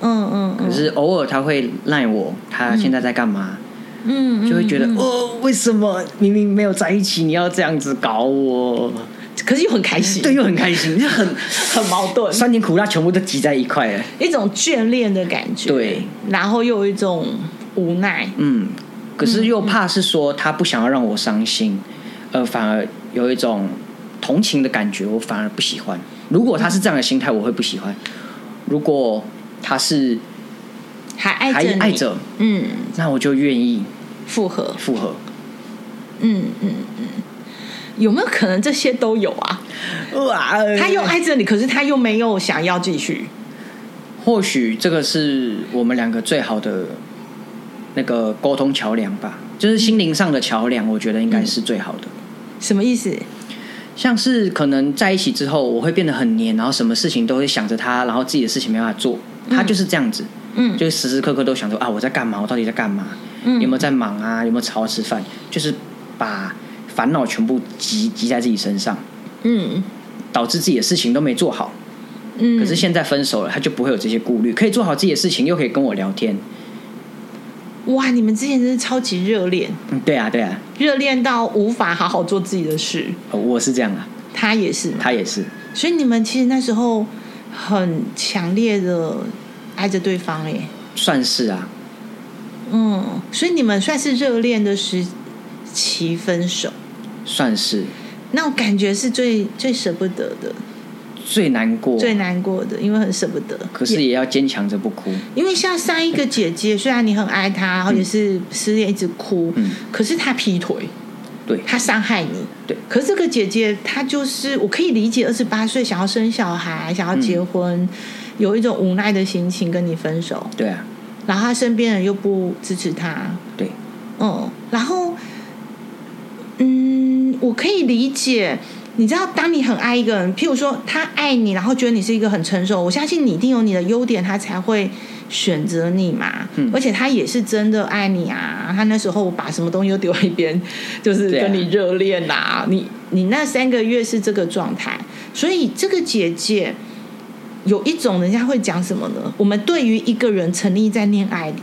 [SPEAKER 1] 嗯嗯，嗯
[SPEAKER 2] 可是偶尔他会赖我，他现在在干嘛，
[SPEAKER 1] 嗯，嗯
[SPEAKER 2] 就会觉得、
[SPEAKER 1] 嗯
[SPEAKER 2] 哦，为什么明明没有在一起，你要这样子搞我？
[SPEAKER 1] 可是又很开心，
[SPEAKER 2] 对，，又很开心，就很
[SPEAKER 1] 很矛盾，
[SPEAKER 2] 酸甜苦辣全部都挤在一块了。
[SPEAKER 1] 一种眷恋的感觉，
[SPEAKER 2] 对，
[SPEAKER 1] 然后又有一种无奈，
[SPEAKER 2] 嗯，可是又怕是说他不想要让我伤心，呃，反而有一种同情的感觉，我反而不喜欢。如果他是这样的心态，我会不喜欢。如果他是
[SPEAKER 1] 还爱
[SPEAKER 2] 还
[SPEAKER 1] 着你
[SPEAKER 2] 爱着，
[SPEAKER 1] 嗯，
[SPEAKER 2] 那我就愿意
[SPEAKER 1] 复合，
[SPEAKER 2] 复合。
[SPEAKER 1] 嗯嗯嗯，有没有可能这些都有啊？
[SPEAKER 2] 哇，
[SPEAKER 1] 他又爱着你，可是他又没有想要继续，
[SPEAKER 2] 或许这个是我们两个最好的那个沟通桥梁吧，就是心灵上的桥梁，我觉得应该是最好的。
[SPEAKER 1] 什么意思？
[SPEAKER 2] 像是可能在一起之后，我会变得很黏，然后什么事情都会想着他，然后自己的事情没办法做，他就是这样子，
[SPEAKER 1] 嗯
[SPEAKER 2] 就是时时刻刻都想着啊，我在干嘛？我到底在干嘛？
[SPEAKER 1] 嗯
[SPEAKER 2] 有没有在忙啊？有没有吵好吃饭？就是把烦恼全部集集在自己身上，
[SPEAKER 1] 嗯
[SPEAKER 2] 导致自己的事情都没做好。
[SPEAKER 1] 嗯，
[SPEAKER 2] 可是现在分手了，他就不会有这些顾虑，可以做好自己的事情，又可以跟我聊天。
[SPEAKER 1] 哇，你们之前真是超级热恋，
[SPEAKER 2] 嗯，对啊，对啊，
[SPEAKER 1] 热恋到无法好好做自己的事，
[SPEAKER 2] 呃我是这样啊，
[SPEAKER 1] 他也是嘛，
[SPEAKER 2] 他也是，
[SPEAKER 1] 所以你们其实那时候很强烈的爱着对方哎、
[SPEAKER 2] 算是啊，
[SPEAKER 1] 嗯，所以你们算是热恋的时期分手，
[SPEAKER 2] 算是
[SPEAKER 1] 那种感觉是最最舍不得的，
[SPEAKER 2] 最难过，
[SPEAKER 1] 最难过的，因为很舍不得。
[SPEAKER 2] 可是
[SPEAKER 1] 也
[SPEAKER 2] 也要坚强着不哭。
[SPEAKER 1] 因为像上一个姐姐，虽然你很爱她，然后也是失恋一直哭，
[SPEAKER 2] 嗯
[SPEAKER 1] 可是她劈腿，
[SPEAKER 2] 对
[SPEAKER 1] 她伤害你，
[SPEAKER 2] 对。
[SPEAKER 1] 可是这个姐姐她就是，我可以理解，二十八岁想要生小孩，想要结婚，
[SPEAKER 2] 嗯
[SPEAKER 1] 有一种无奈的心情跟你分手，
[SPEAKER 2] 对啊，
[SPEAKER 1] 然后她身边人又不支持她，
[SPEAKER 2] 对，
[SPEAKER 1] 嗯，然后，嗯，我可以理解。你知道，当你很爱一个人，譬如说他爱你，然后觉得你是一个很成熟，我相信你一定有你的优点，他才会选择你嘛。
[SPEAKER 2] 嗯
[SPEAKER 1] 而且他也是真的爱你啊。他那时候把什么东西都丢在一边，就是
[SPEAKER 2] 对啊啊
[SPEAKER 1] 跟你热恋啦、你你那三个月是这个状态，所以这个姐姐有一种人家会讲什么呢？我们对于一个人沉溺在恋爱里，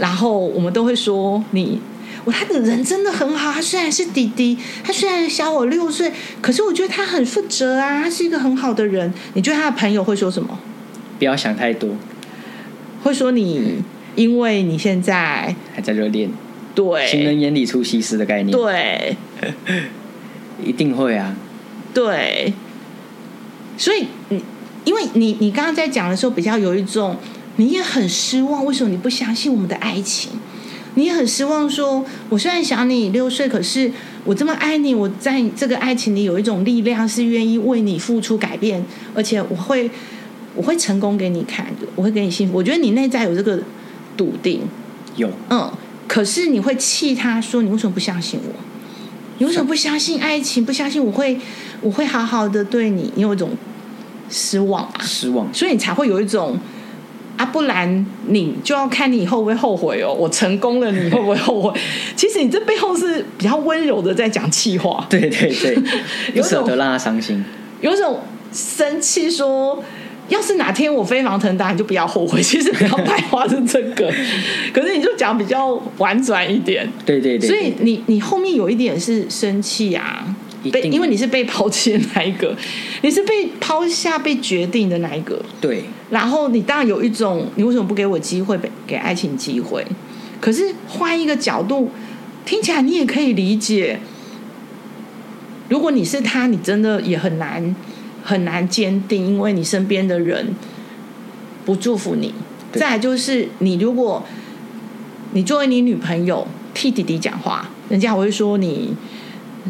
[SPEAKER 1] 然后我们都会说你，我他的人真的很好，他虽然是弟弟，他虽然小我六岁，可是我觉得他很负责啊，他是一个很好的人。你觉得他的朋友会说什么？
[SPEAKER 2] 不要想太多，
[SPEAKER 1] 会说你，因为你现在
[SPEAKER 2] 还在热恋，情
[SPEAKER 1] 对
[SPEAKER 2] 人眼里出西施的概念，，
[SPEAKER 1] 对
[SPEAKER 2] 一定会啊，
[SPEAKER 1] 对，所以你因为你你刚刚在讲的时候，比较有一种你也很失望，为什么你不相信我们的爱情？你也很失望说，我虽然想你六岁，可是我这么爱你，我在这个爱情里有一种力量是愿意为你付出改变，而且我会我会成功给你看的，我会给你幸福。我觉得你内在有这个笃定，
[SPEAKER 2] 有
[SPEAKER 1] 嗯，可是你会气他说你为什么不相信我？你为什么不相信爱情？不相信我会我会好好的对你，你有一种失望啊，
[SPEAKER 2] 失望，
[SPEAKER 1] 所以你才会有一种啊，不然你就要看你以后会不会后悔哦。我成功了，你会不会后悔？ 其实你这背后是比较温柔的在讲气话，
[SPEAKER 2] 对对 对，不
[SPEAKER 1] 有种
[SPEAKER 2] 舍得让他伤心，
[SPEAKER 1] 有一种生气说。要是哪天我飞黄腾达，你就不要后悔。其实不要败花是这个，可是你就讲比较婉转一点。
[SPEAKER 2] 对对对，
[SPEAKER 1] 所以你你后面有一点是生气啊
[SPEAKER 2] 一，
[SPEAKER 1] 被
[SPEAKER 2] 定
[SPEAKER 1] 因为你是被抛弃的那一个，你是被抛下、被决定的那一个，
[SPEAKER 2] 对
[SPEAKER 1] 然后你当然有一种你为什么不给我机会，给给爱情机会？可是换一个角度，听起来你也可以理解。如果你是他，你真的也很难很难坚定，因为你身边的人不祝福你。
[SPEAKER 2] 对
[SPEAKER 1] 再来就是，你如果你作为你女朋友替弟弟讲话，人家还会说你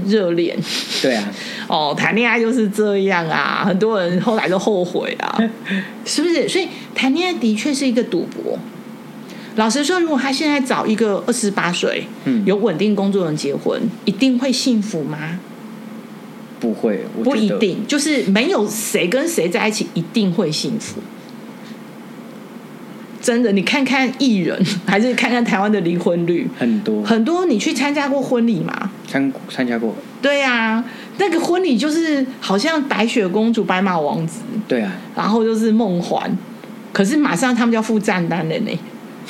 [SPEAKER 1] 热恋
[SPEAKER 2] 对啊，
[SPEAKER 1] 哦，谈恋爱就是这样啊，很多人后来都后悔啊， 是不是？所以谈恋爱的确是一个赌博。老实说，如果他现在找一个二十八岁、
[SPEAKER 2] 嗯，
[SPEAKER 1] 有稳定工作的人结婚，一定会幸福吗？
[SPEAKER 2] 不会，我
[SPEAKER 1] 不
[SPEAKER 2] 觉
[SPEAKER 1] 一
[SPEAKER 2] 得，
[SPEAKER 1] 定，就是没有谁跟谁在一起一定会幸福。真的，你看看艺人，还是看看台湾的离婚率，
[SPEAKER 2] 很多
[SPEAKER 1] 很多你去参加过婚礼吗？
[SPEAKER 2] 参参加过，
[SPEAKER 1] 对啊，那个婚礼就是好像白雪公主、白马王子，
[SPEAKER 2] 对啊，
[SPEAKER 1] 然后就是梦幻，可是马上他们就要付账单了呢，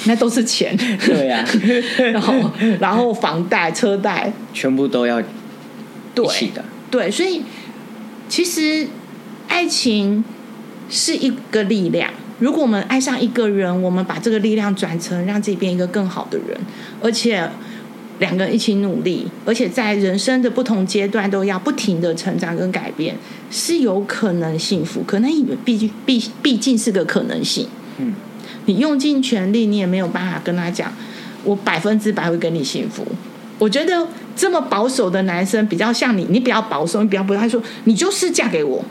[SPEAKER 1] 那都是钱。
[SPEAKER 2] 对啊
[SPEAKER 1] 然后然后房贷、车贷，
[SPEAKER 2] 全部都要一
[SPEAKER 1] 对
[SPEAKER 2] 起的，
[SPEAKER 1] 对，所以其实爱情是一个力量。如果我们爱上一个人，我们把这个力量转成让自己变一个更好的人，而且两个人一起努力，而且在人生的不同阶段都要不停的成长跟改变，是有可能幸福。可能也毕竟毕毕竟是个可能性。
[SPEAKER 2] 嗯，
[SPEAKER 1] 你用尽全力，你也没有办法跟他讲，我百分之百会跟你幸福。我觉得这么保守的男生比较像你，你比较保守，你比较不他说你就是嫁给我，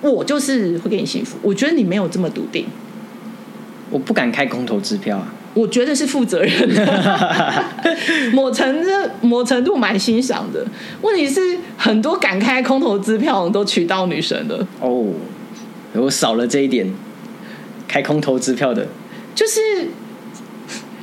[SPEAKER 1] 我就是会给你幸福。我觉得你没有这么笃定，
[SPEAKER 2] 我不敢开空头支票啊，
[SPEAKER 1] 我觉得是负责任的，某程度某程度蛮欣赏的。问题是很多敢开空头支票的都娶到女生了，
[SPEAKER 2] 哦，我少了这一点，开空头支票的，
[SPEAKER 1] 就是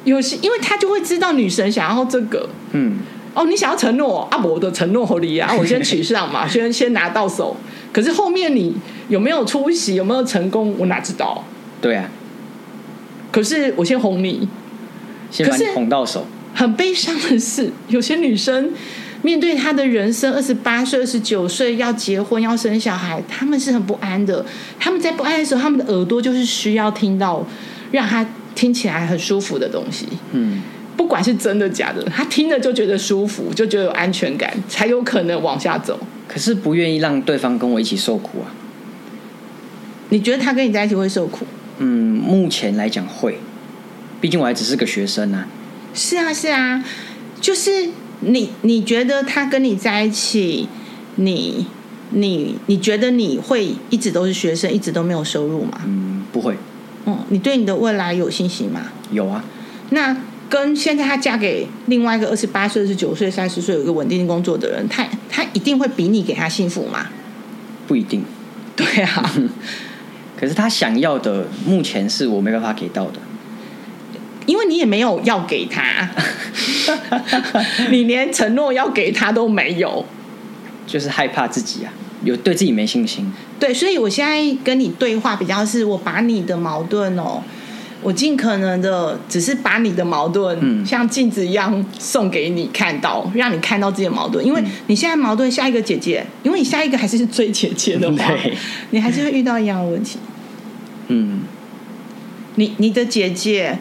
[SPEAKER 1] 有些因为他就会知道女神想要这个，
[SPEAKER 2] 嗯，
[SPEAKER 1] 哦，你想要承诺啊？我的承诺合理啊，我先取上嘛，先先拿到手。可是后面你有没有出席，有没有成功，我哪知道？
[SPEAKER 2] 对啊，
[SPEAKER 1] 可是我先哄你。
[SPEAKER 2] 先把
[SPEAKER 1] 可
[SPEAKER 2] 你
[SPEAKER 1] 是
[SPEAKER 2] 哄到手，
[SPEAKER 1] 很悲伤的是，有些女生面对她的人生，二十八岁、二十九岁要结婚、要生小孩，她们是很不安的。她们在不安的时候，她们的耳朵就是需要听到让她听起来很舒服的东西。
[SPEAKER 2] 嗯，
[SPEAKER 1] 不管是真的假的，她听了就觉得舒服，就觉得有安全感，才有可能往下走。
[SPEAKER 2] 可是不愿意让对方跟我一起受苦啊，
[SPEAKER 1] 你觉得他跟你在一起会受苦？
[SPEAKER 2] 嗯，目前来讲会，毕竟我还只是个学生啊，
[SPEAKER 1] 是啊，是啊，就是你你觉得他跟你在一起，你你你觉得你会一直都是学生，一直都没有收入吗？
[SPEAKER 2] 嗯，不会，
[SPEAKER 1] 嗯，你对你的未来有信心吗？
[SPEAKER 2] 有啊，
[SPEAKER 1] 那跟现在她嫁给另外一个二十八岁、二十九岁、三十岁有一个稳定工作的人，她她一定会比你给她幸福嘛？
[SPEAKER 2] 不一定。
[SPEAKER 1] 对啊，
[SPEAKER 2] 可是他想要的，目前是我没办法给到的。
[SPEAKER 1] 因为你也没有要给她， 你连承诺要给她都没有。
[SPEAKER 2] 就是害怕自己啊，有对自己没信心。
[SPEAKER 1] 对，所以我现在跟你对话比较是，我把你的矛盾哦，我尽可能的只是把你的矛盾，
[SPEAKER 2] 嗯
[SPEAKER 1] 像镜子一样送给你看到，让你看到自己的矛盾。因
[SPEAKER 2] 嗯
[SPEAKER 1] 为你现在矛盾，下一个姐姐，因为你下一个还是追姐姐的话
[SPEAKER 2] 对，
[SPEAKER 1] 你还是会遇到一样的问题。
[SPEAKER 2] 嗯，
[SPEAKER 1] 你你的姐姐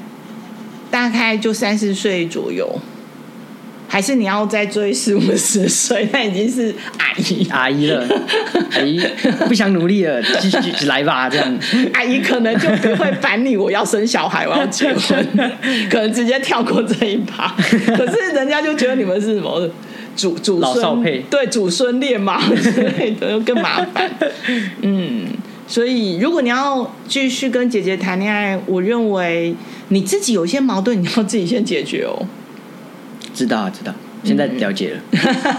[SPEAKER 1] 大概就三十岁左右，还是你要再追四五十岁，那已经是阿姨
[SPEAKER 2] 阿姨了，阿姨不想努力了，继续继续来吧，这样。
[SPEAKER 1] 阿姨可能就不会烦你，我要生小孩，我要结婚，可能直接跳过这一趴。可是人家就觉得你们是什么祖祖
[SPEAKER 2] 老少
[SPEAKER 1] 孙
[SPEAKER 2] 配
[SPEAKER 1] 对祖孙恋嘛之类的，又更麻烦。嗯，所以如果你要继续跟姐姐谈恋爱，我认为你自己有一些矛盾，你要自己先解决哦。
[SPEAKER 2] 知道啊，知道，现在了解了，
[SPEAKER 1] 嗯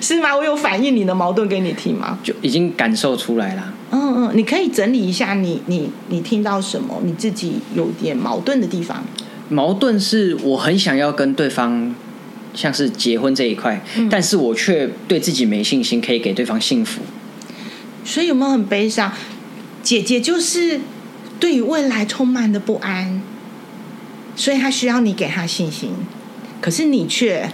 [SPEAKER 1] 是吗？我有反映你的矛盾给你听吗？
[SPEAKER 2] 就已经感受出来了。
[SPEAKER 1] 嗯嗯，你可以整理一下你你你听到什么，你自己有点矛盾的地方。
[SPEAKER 2] 矛盾是我很想要跟对方，像是结婚这一块，但是我却对自己没信心，可以给对方幸福。
[SPEAKER 1] 所以有没有很悲伤？姐姐就是对于未来充满了不安，所以她需要你给她信心，可是你却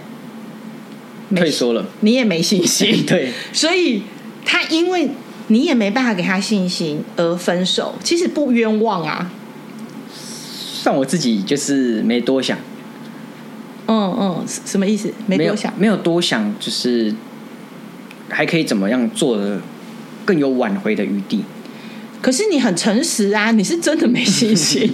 [SPEAKER 1] 没
[SPEAKER 2] 退缩了，
[SPEAKER 1] 你也没信心，
[SPEAKER 2] 对，
[SPEAKER 1] 所以她因为你也没办法给她信心而分手，其实不冤枉啊。
[SPEAKER 2] 算我自己就是没多想，
[SPEAKER 1] 嗯嗯，什什么意思？没
[SPEAKER 2] 没有
[SPEAKER 1] 多想。
[SPEAKER 2] 没有多想，就是还可以怎么样做的更有挽回的余地。
[SPEAKER 1] 可是你很诚实啊，你是真的没信心。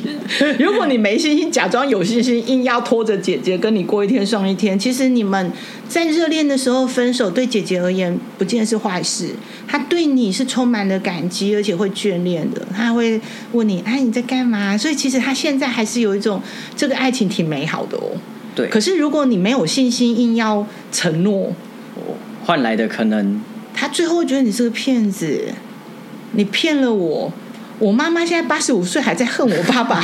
[SPEAKER 1] 如果你没信心，假装有信心，硬要拖着姐姐跟你过一天算一天，其实你们在热恋的时候分手，对姐姐而言不见得是坏事，她对你是充满了感激，而且会眷恋的。她还会问你：“哎，你在干嘛？”所以其实她现在还是有一种这个爱情挺美好的哦。
[SPEAKER 2] 对，
[SPEAKER 1] 可是如果你没有信心，硬要承诺，
[SPEAKER 2] 换来的可能
[SPEAKER 1] 他最后会觉得你是个骗子，你骗了我。我妈妈现在八十五岁还在恨我爸爸，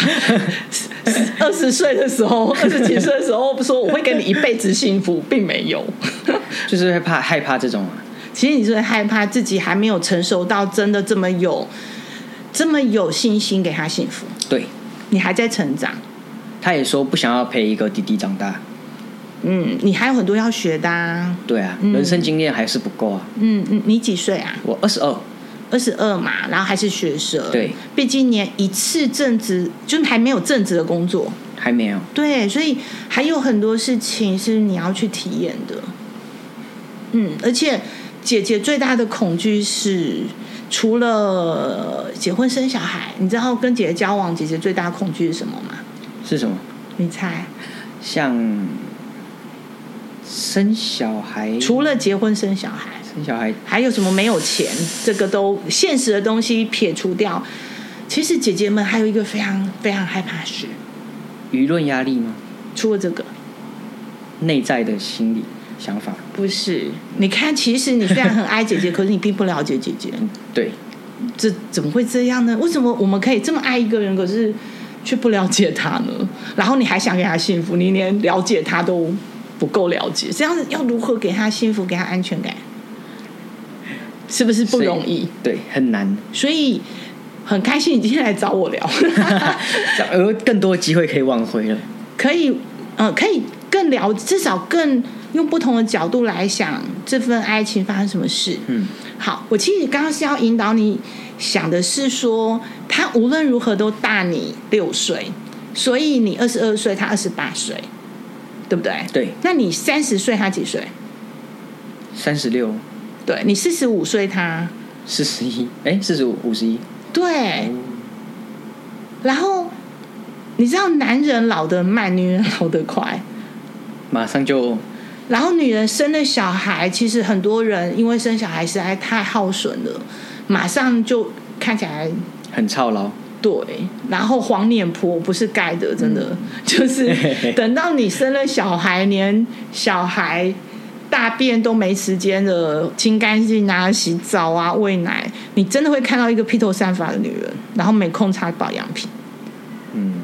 [SPEAKER 1] 二十岁的时候，二十几岁的时候不说我会跟你一辈子幸福，并没有。
[SPEAKER 2] 就是会怕害怕这种、啊。
[SPEAKER 1] 其实你是害怕自己还没有成熟到真的这么有这么有信心给他幸福，
[SPEAKER 2] 对，
[SPEAKER 1] 你还在成长，
[SPEAKER 2] 他也说不想要陪一个弟弟长大。
[SPEAKER 1] 嗯，你还有很多要学的、啊，
[SPEAKER 2] 对啊，人生经验还是不够啊。
[SPEAKER 1] 嗯嗯，你几岁啊？
[SPEAKER 2] 我二十二，
[SPEAKER 1] 二十二嘛，然后还是学生，
[SPEAKER 2] 对，
[SPEAKER 1] 毕竟连一次正职就是还没有正职的工作，
[SPEAKER 2] 还没有。
[SPEAKER 1] 对，所以还有很多事情是你要去体验的。嗯，而且姐姐最大的恐惧是，除了结婚生小孩，你知道跟姐姐交往，姐姐最大的恐惧是什么吗？
[SPEAKER 2] 是什么？
[SPEAKER 1] 你猜？
[SPEAKER 2] 像生小孩，
[SPEAKER 1] 除了结婚生小孩，
[SPEAKER 2] 生小孩，
[SPEAKER 1] 还有什么没有钱？这个都现实的东西撇除掉。其实姐姐们还有一个非常非常害怕的事，
[SPEAKER 2] 舆论压力吗？
[SPEAKER 1] 除了这个，
[SPEAKER 2] 内在的心理想法，
[SPEAKER 1] 不是？你看，其实你虽然很爱姐 姐，可是你并不了解姐姐。
[SPEAKER 2] 嗯，对，
[SPEAKER 1] 这怎么会这样呢？为什么我们可以这么爱一个人，可是却不了解他呢？然后你还想给他幸福，你连了解他都不够了解，这样子要如何给他幸福，给他安全感？是不是不容易？，
[SPEAKER 2] 对，很难。
[SPEAKER 1] 所以很开心你今天来找我聊，
[SPEAKER 2] 这样有更多机会可以挽回了。
[SPEAKER 1] 可以，嗯、可以更了，至少更用不同的角度来想这份爱情发生什么事。
[SPEAKER 2] 嗯，
[SPEAKER 1] 好，我其实刚刚是要引导你想的是说，他无论如何都大你六岁，所以你二十二岁，他二十八岁，对不对？
[SPEAKER 2] 对，
[SPEAKER 1] 那你三十岁，他几岁？
[SPEAKER 2] 三十六、
[SPEAKER 1] 对你四十五岁他，
[SPEAKER 2] 四十一，哎，四十五、五十一，
[SPEAKER 1] 对。
[SPEAKER 2] 嗯
[SPEAKER 1] 然后你知道，男人老得慢，女人老得快。
[SPEAKER 2] 马上就
[SPEAKER 1] 然后女人生了小孩，其实很多人因为生小孩实在太耗损了，马上就看起来
[SPEAKER 2] 很操劳。
[SPEAKER 1] 对，然后黄脸婆不是盖的，真的、 就是等到你生了小孩，连小孩大便都没时间了，清干净啊、洗澡啊、喂奶，你真的会看到一个披头散发的女人，然后没空擦保养品。
[SPEAKER 2] 嗯，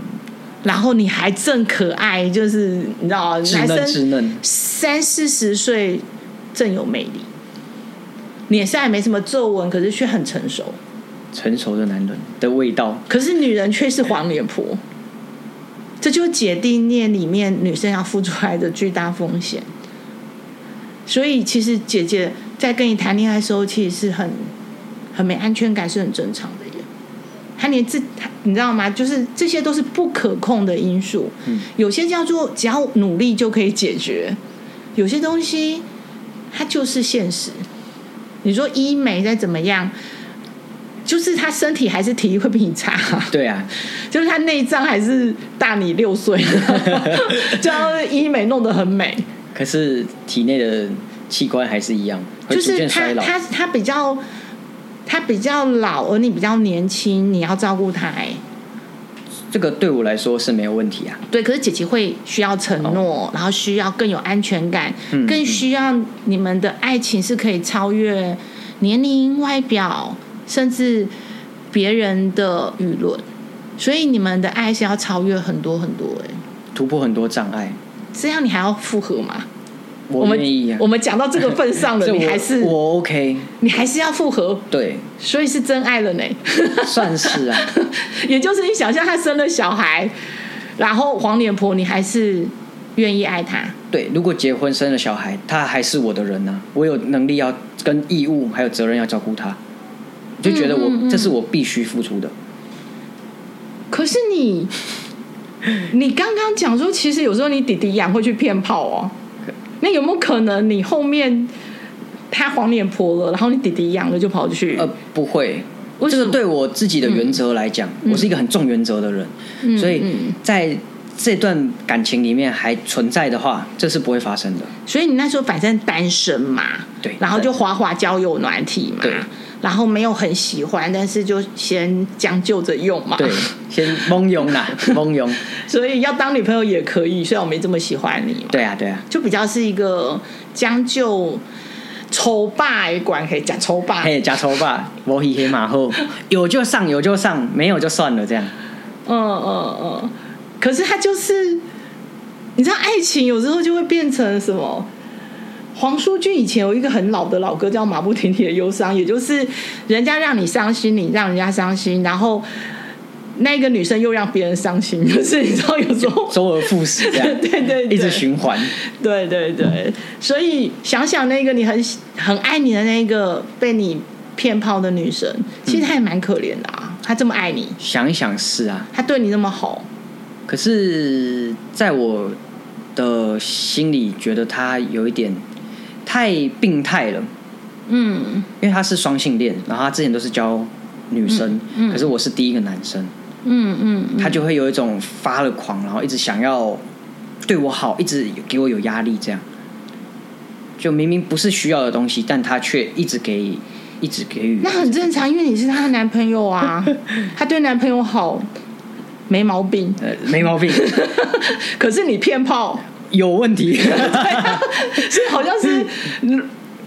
[SPEAKER 1] 然后你还正可爱，就是你知道，
[SPEAKER 2] 稚
[SPEAKER 1] 男生
[SPEAKER 2] 嫩稚嫩，
[SPEAKER 1] 三四十岁正有魅力，脸上也没什么皱纹，可是却很成熟。
[SPEAKER 2] 成熟的男人的味道。
[SPEAKER 1] 可是女人却是黄脸婆，这就是姐弟恋里面女生要付出来的巨大风险。所以其实姐姐在跟你谈恋爱的时候，其实是很很没安全感，是很正常的耶。她连自她你知道吗？就是这些都是不可控的因素。
[SPEAKER 2] 嗯
[SPEAKER 1] 有些叫做只要努力就可以解决，有些东西它就是现实。你说医美再怎么样，就是他身体还是体力会比你差、
[SPEAKER 2] 对啊，
[SPEAKER 1] 就是他内脏还是大你六岁， 就要医美弄得很美，
[SPEAKER 2] 可是体内的器官还是一样，会
[SPEAKER 1] 就
[SPEAKER 2] 逐
[SPEAKER 1] 是
[SPEAKER 2] 渐
[SPEAKER 1] 他
[SPEAKER 2] 衰老。
[SPEAKER 1] 他他比较他比较老，而你比较年轻，你要照顾他、哎，
[SPEAKER 2] 这个对我来说是没有问题啊。
[SPEAKER 1] 对，可是姐姐会需要承诺，然后需要更有安全感，
[SPEAKER 2] 哦嗯
[SPEAKER 1] 更需要你们的爱情是可以超越年龄、外表，甚至别人的舆论，所以你们的爱是要超越很多很多、哎，
[SPEAKER 2] 突破很多障碍，
[SPEAKER 1] 这样你还要复合吗？我
[SPEAKER 2] 我
[SPEAKER 1] 们
[SPEAKER 2] 愿意啊。
[SPEAKER 1] 我们讲到这个份上了，
[SPEAKER 2] 这
[SPEAKER 1] 你
[SPEAKER 2] 我
[SPEAKER 1] 还是
[SPEAKER 2] 我 OK，
[SPEAKER 1] 你还是要复合，
[SPEAKER 2] 对，
[SPEAKER 1] 所以是真爱了呢。
[SPEAKER 2] 算是啊。
[SPEAKER 1] 也就是你想象他生了小孩，然后黄脸婆，你还是愿意爱他。
[SPEAKER 2] 对，如果结婚生了小孩，他还是我的人呢、我有能力要跟义务还有责任要照顾他，就觉得我、
[SPEAKER 1] 嗯嗯嗯
[SPEAKER 2] 这是我必须付出的。
[SPEAKER 1] 可是 你，你刚刚讲说，其实有时候你弟弟养会去骗炮哦，那有没有可能你后面他黄脸婆了，然后你弟弟养了就跑去？
[SPEAKER 2] 呃，不会，
[SPEAKER 1] 为什
[SPEAKER 2] 这
[SPEAKER 1] 么
[SPEAKER 2] 个对我自己的原则来讲，我是一个很重原则的人，
[SPEAKER 1] 嗯
[SPEAKER 2] 所以
[SPEAKER 1] 嗯
[SPEAKER 2] 在这段感情里面还存在的话，这是不会发生的。
[SPEAKER 1] 所以你那时候反正单身嘛，
[SPEAKER 2] 对
[SPEAKER 1] 然后就滑滑交友软体嘛
[SPEAKER 2] 对，
[SPEAKER 1] 然后没有很喜欢，但是就先将就着用嘛，
[SPEAKER 2] 对， 先蒙拥啦，蒙拥。
[SPEAKER 1] 所以要当女朋友也可以，虽然我没这么喜欢你嘛，
[SPEAKER 2] 对啊，对啊，
[SPEAKER 1] 就比较是一个将就。丑霸也管可以讲丑霸，
[SPEAKER 2] 嘿，加头吧，我黑黑马后，有就上，有就上，没有就算了，这样。
[SPEAKER 1] 嗯嗯嗯，可是他就是，你知道，爱情有时候就会变成什么？黄淑君以前有一个很老的老歌叫《马不停蹄的忧伤》，也就是人家让你伤心，你让人家伤心，然后那个女生又让别人伤心，就是你知道，有时候
[SPEAKER 2] 周而复始这
[SPEAKER 1] 对
[SPEAKER 2] 样，
[SPEAKER 1] 对对，
[SPEAKER 2] 一直循环。
[SPEAKER 1] 对对对，所以想想那个你很很爱你的那个被你骗炮的女生，其实她也蛮可怜的啊，她这么爱你，
[SPEAKER 2] 想一想是啊，
[SPEAKER 1] 她对你那么好，
[SPEAKER 2] 可是在我的心里，觉得他有一点太病态了，
[SPEAKER 1] 嗯。
[SPEAKER 2] 因为他是双性恋，然后他之前都是教女生，
[SPEAKER 1] 嗯嗯
[SPEAKER 2] 可是我是第一个男生，
[SPEAKER 1] 嗯嗯嗯，
[SPEAKER 2] 他就会有一种发了狂，然后一直想要对我好，一直给我有压力，这样就明明不是需要的东西，但他却一直给，一直给予
[SPEAKER 1] 那。很正常，因为你是她的男朋友 啊，她对男朋友好没毛病，
[SPEAKER 2] 呃，没毛病，
[SPEAKER 1] 可是你骗炮，
[SPEAKER 2] 有问 题。
[SPEAKER 1] 所以好像是，嗯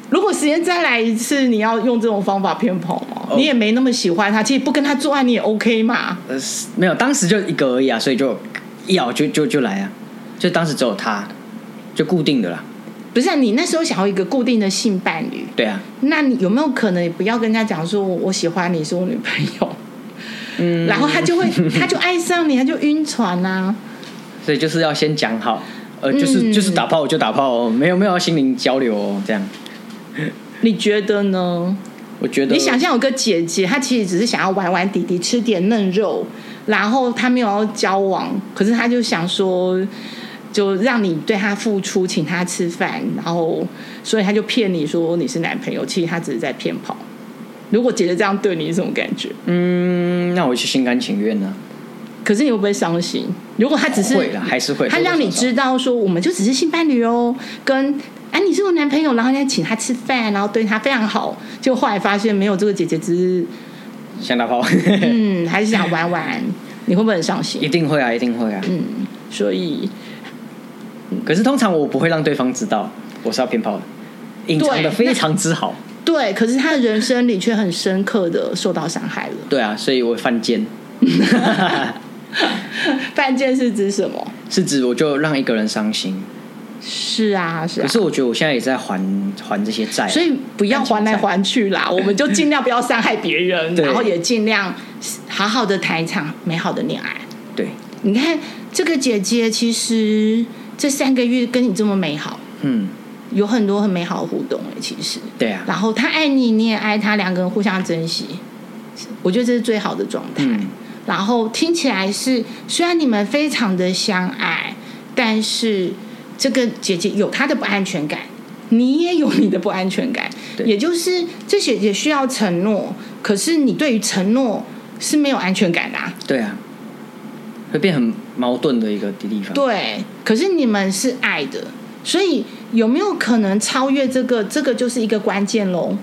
[SPEAKER 1] 如果时间再来一次，你要用这种方法骗炮吗？
[SPEAKER 2] 哦
[SPEAKER 1] 你也没那么喜欢他，其实不跟他做爱你也 OK 嘛，
[SPEAKER 2] 呃，是没有，当时就一个而已啊，所以就要就就就来啊，就当时只有他，就固定的啦，
[SPEAKER 1] 不是、啊？你那时候想要一个固定的性伴侣，
[SPEAKER 2] 对啊，
[SPEAKER 1] 那你有没有可能也不要跟人家讲说我我喜欢你是我女朋友，
[SPEAKER 2] 嗯，
[SPEAKER 1] 然后他就会他就爱上你，他就晕船啊。
[SPEAKER 2] 所以就是要先讲好，呃，就是、
[SPEAKER 1] 嗯
[SPEAKER 2] 就是打炮就打炮哦，没有没有要心灵交流哦，这样，
[SPEAKER 1] 你觉得呢？
[SPEAKER 2] 我觉得
[SPEAKER 1] 你想象有个姐姐，她其实只是想要玩玩弟弟，吃点嫩肉，然后她没有要交往，可是她就想说，就让你对她付出，请她吃饭，然后所以她就骗你说你是男朋友，其实她只是在骗跑。如果姐姐这样对你，是什么感觉？
[SPEAKER 2] 嗯，那我去心甘情愿呢、啊
[SPEAKER 1] 可是你会不会伤心？如果她只是
[SPEAKER 2] 会啦，还是会，
[SPEAKER 1] 他让你知道说，我们就只是性伴侣哦，跟哎、你是我男朋友，然后人家请他吃饭，然后对他非常好，就后来发现没有，这个姐姐只是
[SPEAKER 2] 想打炮，
[SPEAKER 1] 嗯，还是想玩 玩，你会不会很伤
[SPEAKER 2] 一
[SPEAKER 1] 心？
[SPEAKER 2] 定会啊，一定会啊。
[SPEAKER 1] 嗯，所以
[SPEAKER 2] 可是通常我不会让对方知道我是要骗炮的，隐藏的非常之好。
[SPEAKER 1] 对，可是他的人生里却很深刻的受到伤害 了。
[SPEAKER 2] 对啊，所以我犯 贱，
[SPEAKER 1] 犯贱是指什么？
[SPEAKER 2] 是指我就让一个人伤心。
[SPEAKER 1] 是啊，是
[SPEAKER 2] 可
[SPEAKER 1] 啊。
[SPEAKER 2] 是我觉得我现在也在还还这些债，
[SPEAKER 1] 所以不要还来还去啦，我们就尽量不要伤害别人，
[SPEAKER 2] 对
[SPEAKER 1] 然后也尽量好好的谈一场美好的恋爱。
[SPEAKER 2] 对，
[SPEAKER 1] 你看这个姐姐，其实这三个月跟你这么美好，
[SPEAKER 2] 嗯，
[SPEAKER 1] 有很多很美好的互动哎、其实。
[SPEAKER 2] 对啊，
[SPEAKER 1] 然后她爱你，你也爱她，两个人互相珍惜，我觉得这是最好的状态。
[SPEAKER 2] 嗯，
[SPEAKER 1] 然后听起来是，虽然你们非常的相爱，但是这个姐姐有她的不安全感，你也有你的不安全感，
[SPEAKER 2] 对
[SPEAKER 1] 也就是这姐姐需要承诺，可是你对于承诺是没有安全感的、啊，
[SPEAKER 2] 对啊，会变很矛盾的一个地方。
[SPEAKER 1] 对，可是你们是爱的，所以有没有可能超越这个？这个就是一个关键喽。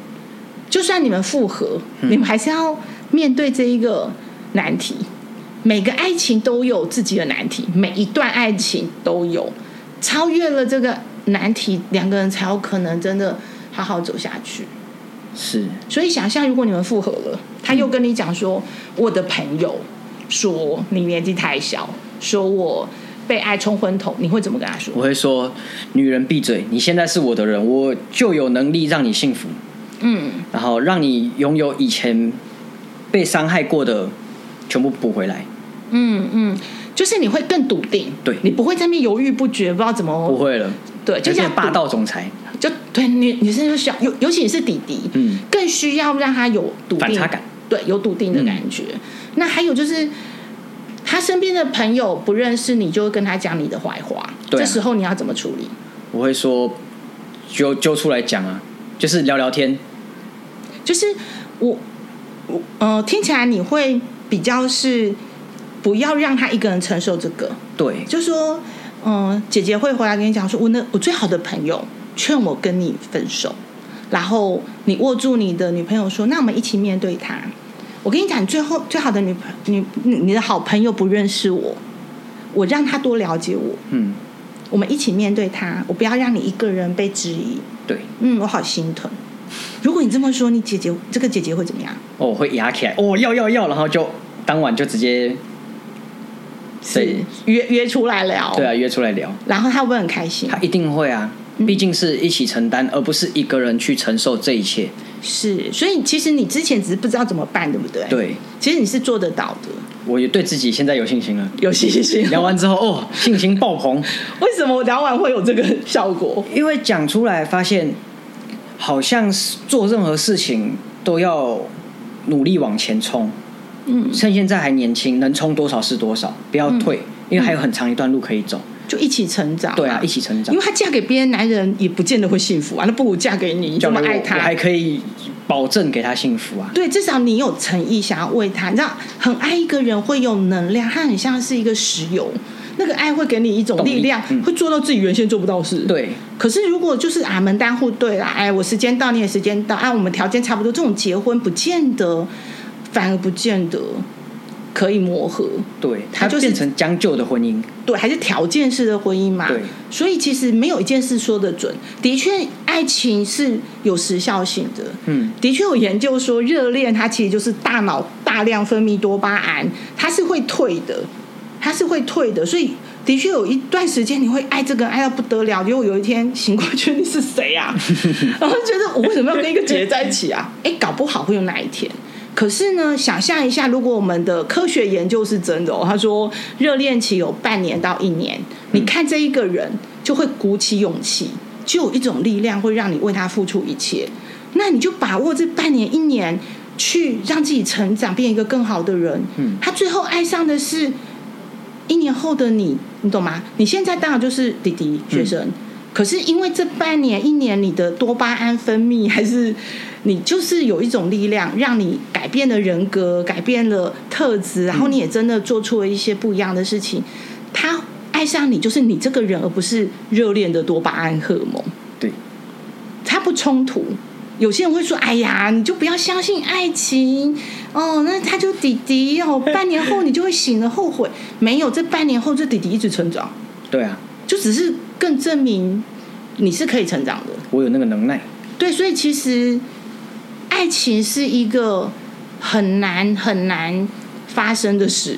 [SPEAKER 1] 就算你们复合，你们还是要面对这一个难题。每个爱情都有自己的难题，每一段爱情都有。超越了这个难题，两个人才有可能真的好好走下去。
[SPEAKER 2] 是，
[SPEAKER 1] 所以想象，如果你们复合了，他又跟你讲说，
[SPEAKER 2] 嗯
[SPEAKER 1] 我的朋友说你年纪太小，说我被爱冲昏头，你会怎么跟他说
[SPEAKER 2] 我？会说，女人闭嘴，你现在是我的人，我就有能力让你幸福，
[SPEAKER 1] 嗯，
[SPEAKER 2] 然后让你拥有以前被伤害过的全部补回来。
[SPEAKER 1] 嗯嗯，就是你会更笃定，
[SPEAKER 2] 对
[SPEAKER 1] 你不会在那边犹豫不决，不知道怎
[SPEAKER 2] 不
[SPEAKER 1] 么
[SPEAKER 2] 会了，
[SPEAKER 1] 对，就
[SPEAKER 2] 有
[SPEAKER 1] 像
[SPEAKER 2] 点霸
[SPEAKER 1] 赌，
[SPEAKER 2] 道总裁，
[SPEAKER 1] 就对女女生就想，尤尤其是弟弟，
[SPEAKER 2] 嗯，
[SPEAKER 1] 更需要让他有笃定
[SPEAKER 2] 反差感，嗯
[SPEAKER 1] 对，有笃定的感觉。那还有就是，他身边的朋友不认识你，就会跟他讲你的坏话，
[SPEAKER 2] 对啊
[SPEAKER 1] 这时候你要怎么处理？
[SPEAKER 2] 我会说揪揪出来讲啊，就是聊聊天，
[SPEAKER 1] 就是我我呃，听起来你会比较是不要让他一个人承受这个，
[SPEAKER 2] 对，
[SPEAKER 1] 就说嗯、呃姐姐会回来跟你讲说，我那我最好的朋友劝我跟你分手，然后你握住你的女朋友说，那我们一起面对她。我跟你讲，你最后最好的女朋你你你的好朋友不认识我，我让她多了解我，
[SPEAKER 2] 嗯，
[SPEAKER 1] 我们一起面对她，我不要让你一个人被质疑。
[SPEAKER 2] 对，
[SPEAKER 1] 嗯，我好心疼。如果你这么说，你姐姐这个姐姐会怎么样？
[SPEAKER 2] 哦，我会压起来，哦，要要要，然后就当晚就直接，对
[SPEAKER 1] 约约出来聊，
[SPEAKER 2] 对啊，约出来聊，
[SPEAKER 1] 然后她会不会很开心
[SPEAKER 2] 他？一定会啊，
[SPEAKER 1] 嗯
[SPEAKER 2] 毕竟是一起承担，而不是一个人去承受这一切。
[SPEAKER 1] 是，所以其实你之前只是不知道怎么办，对不对？，
[SPEAKER 2] 对，
[SPEAKER 1] 其实你是做得到的，
[SPEAKER 2] 我也对自己现在有信心了。
[SPEAKER 1] 有信心。
[SPEAKER 2] 聊完之后，哦，信心爆棚，
[SPEAKER 1] 为什么聊完会有这个效果？
[SPEAKER 2] 因为讲出来发现，好像是做任何事情都要努力往前冲。嗯，趁现在还年轻，能冲多少是多少，不要退，
[SPEAKER 1] 嗯
[SPEAKER 2] 因为还有很长一段路可以走。
[SPEAKER 1] 就一起成长、
[SPEAKER 2] 对啊，一。起成
[SPEAKER 1] 嗯
[SPEAKER 2] 长
[SPEAKER 1] 因为。她嫁给别的男人也不见得会幸福啊，那不如嫁给你，你这
[SPEAKER 2] 将
[SPEAKER 1] 么
[SPEAKER 2] 来我
[SPEAKER 1] 爱
[SPEAKER 2] 我
[SPEAKER 1] 他
[SPEAKER 2] 还，可以保证给他幸福啊。
[SPEAKER 1] 对，至少你有诚意想要为他，你知道，很爱一个人会有能量，他很像是一个石油，那个爱会给你一种
[SPEAKER 2] 动力
[SPEAKER 1] 力量，
[SPEAKER 2] 嗯
[SPEAKER 1] 会做到自己原先做不到的事。
[SPEAKER 2] 对，
[SPEAKER 1] 可是如果就是啊门当户对啦，哎，我时间到，你也时间到，啊，我们条件差不多，这种结婚不见得，反而不见得可以磨合，
[SPEAKER 2] 对，
[SPEAKER 1] 他
[SPEAKER 2] 他
[SPEAKER 1] 就是
[SPEAKER 2] 变成将就的婚姻。
[SPEAKER 1] 对，还是条件式的婚姻嘛。
[SPEAKER 2] 对，
[SPEAKER 1] 所以其实没有一件事说得准。的确，爱情是有时效性的。
[SPEAKER 2] 嗯，
[SPEAKER 1] 的确有研究说，热恋它其实就是大脑大量分泌多巴胺，它是会退的，它是会退的，所以。的确有一段时间你会爱这个人爱到不得了，结果有一天醒过去你是谁啊？然后觉得我为什么要跟一个姐姐在一起啊？哎、搞不好会有哪一天。可是呢，想象一下，如果我们的科学研究是真的哦，他说热恋期有半年到一年，你看这一个人就会鼓起勇气，就有一种力量会让你为他付出一切。那你就把握这半年一年，去让自己成长，变一个更好的人。
[SPEAKER 2] 嗯
[SPEAKER 1] 他最后爱上的是一年后的你，你懂吗？你现在当然就是弟弟学生，可是因为这半年一年，你的多巴胺分泌还是你就是有一种力量，让你改变了人格，改变了特质，然后你也真的做出了一些不一样的事情。他爱上你，就是你这个人，而不是热恋的多巴胺荷尔蒙。
[SPEAKER 2] 对，
[SPEAKER 1] 它不冲突，有些人会说：“哎呀，你就不要相信爱情哦，那他就弟弟哦，半年后你就会醒了，后悔没有？这半年后，这弟弟一直成长，
[SPEAKER 2] 对啊，
[SPEAKER 1] 就只是更证明你是可以成长的。
[SPEAKER 2] 我有那个能耐，
[SPEAKER 1] 对，所以其实爱情是一个很难很难发生的事。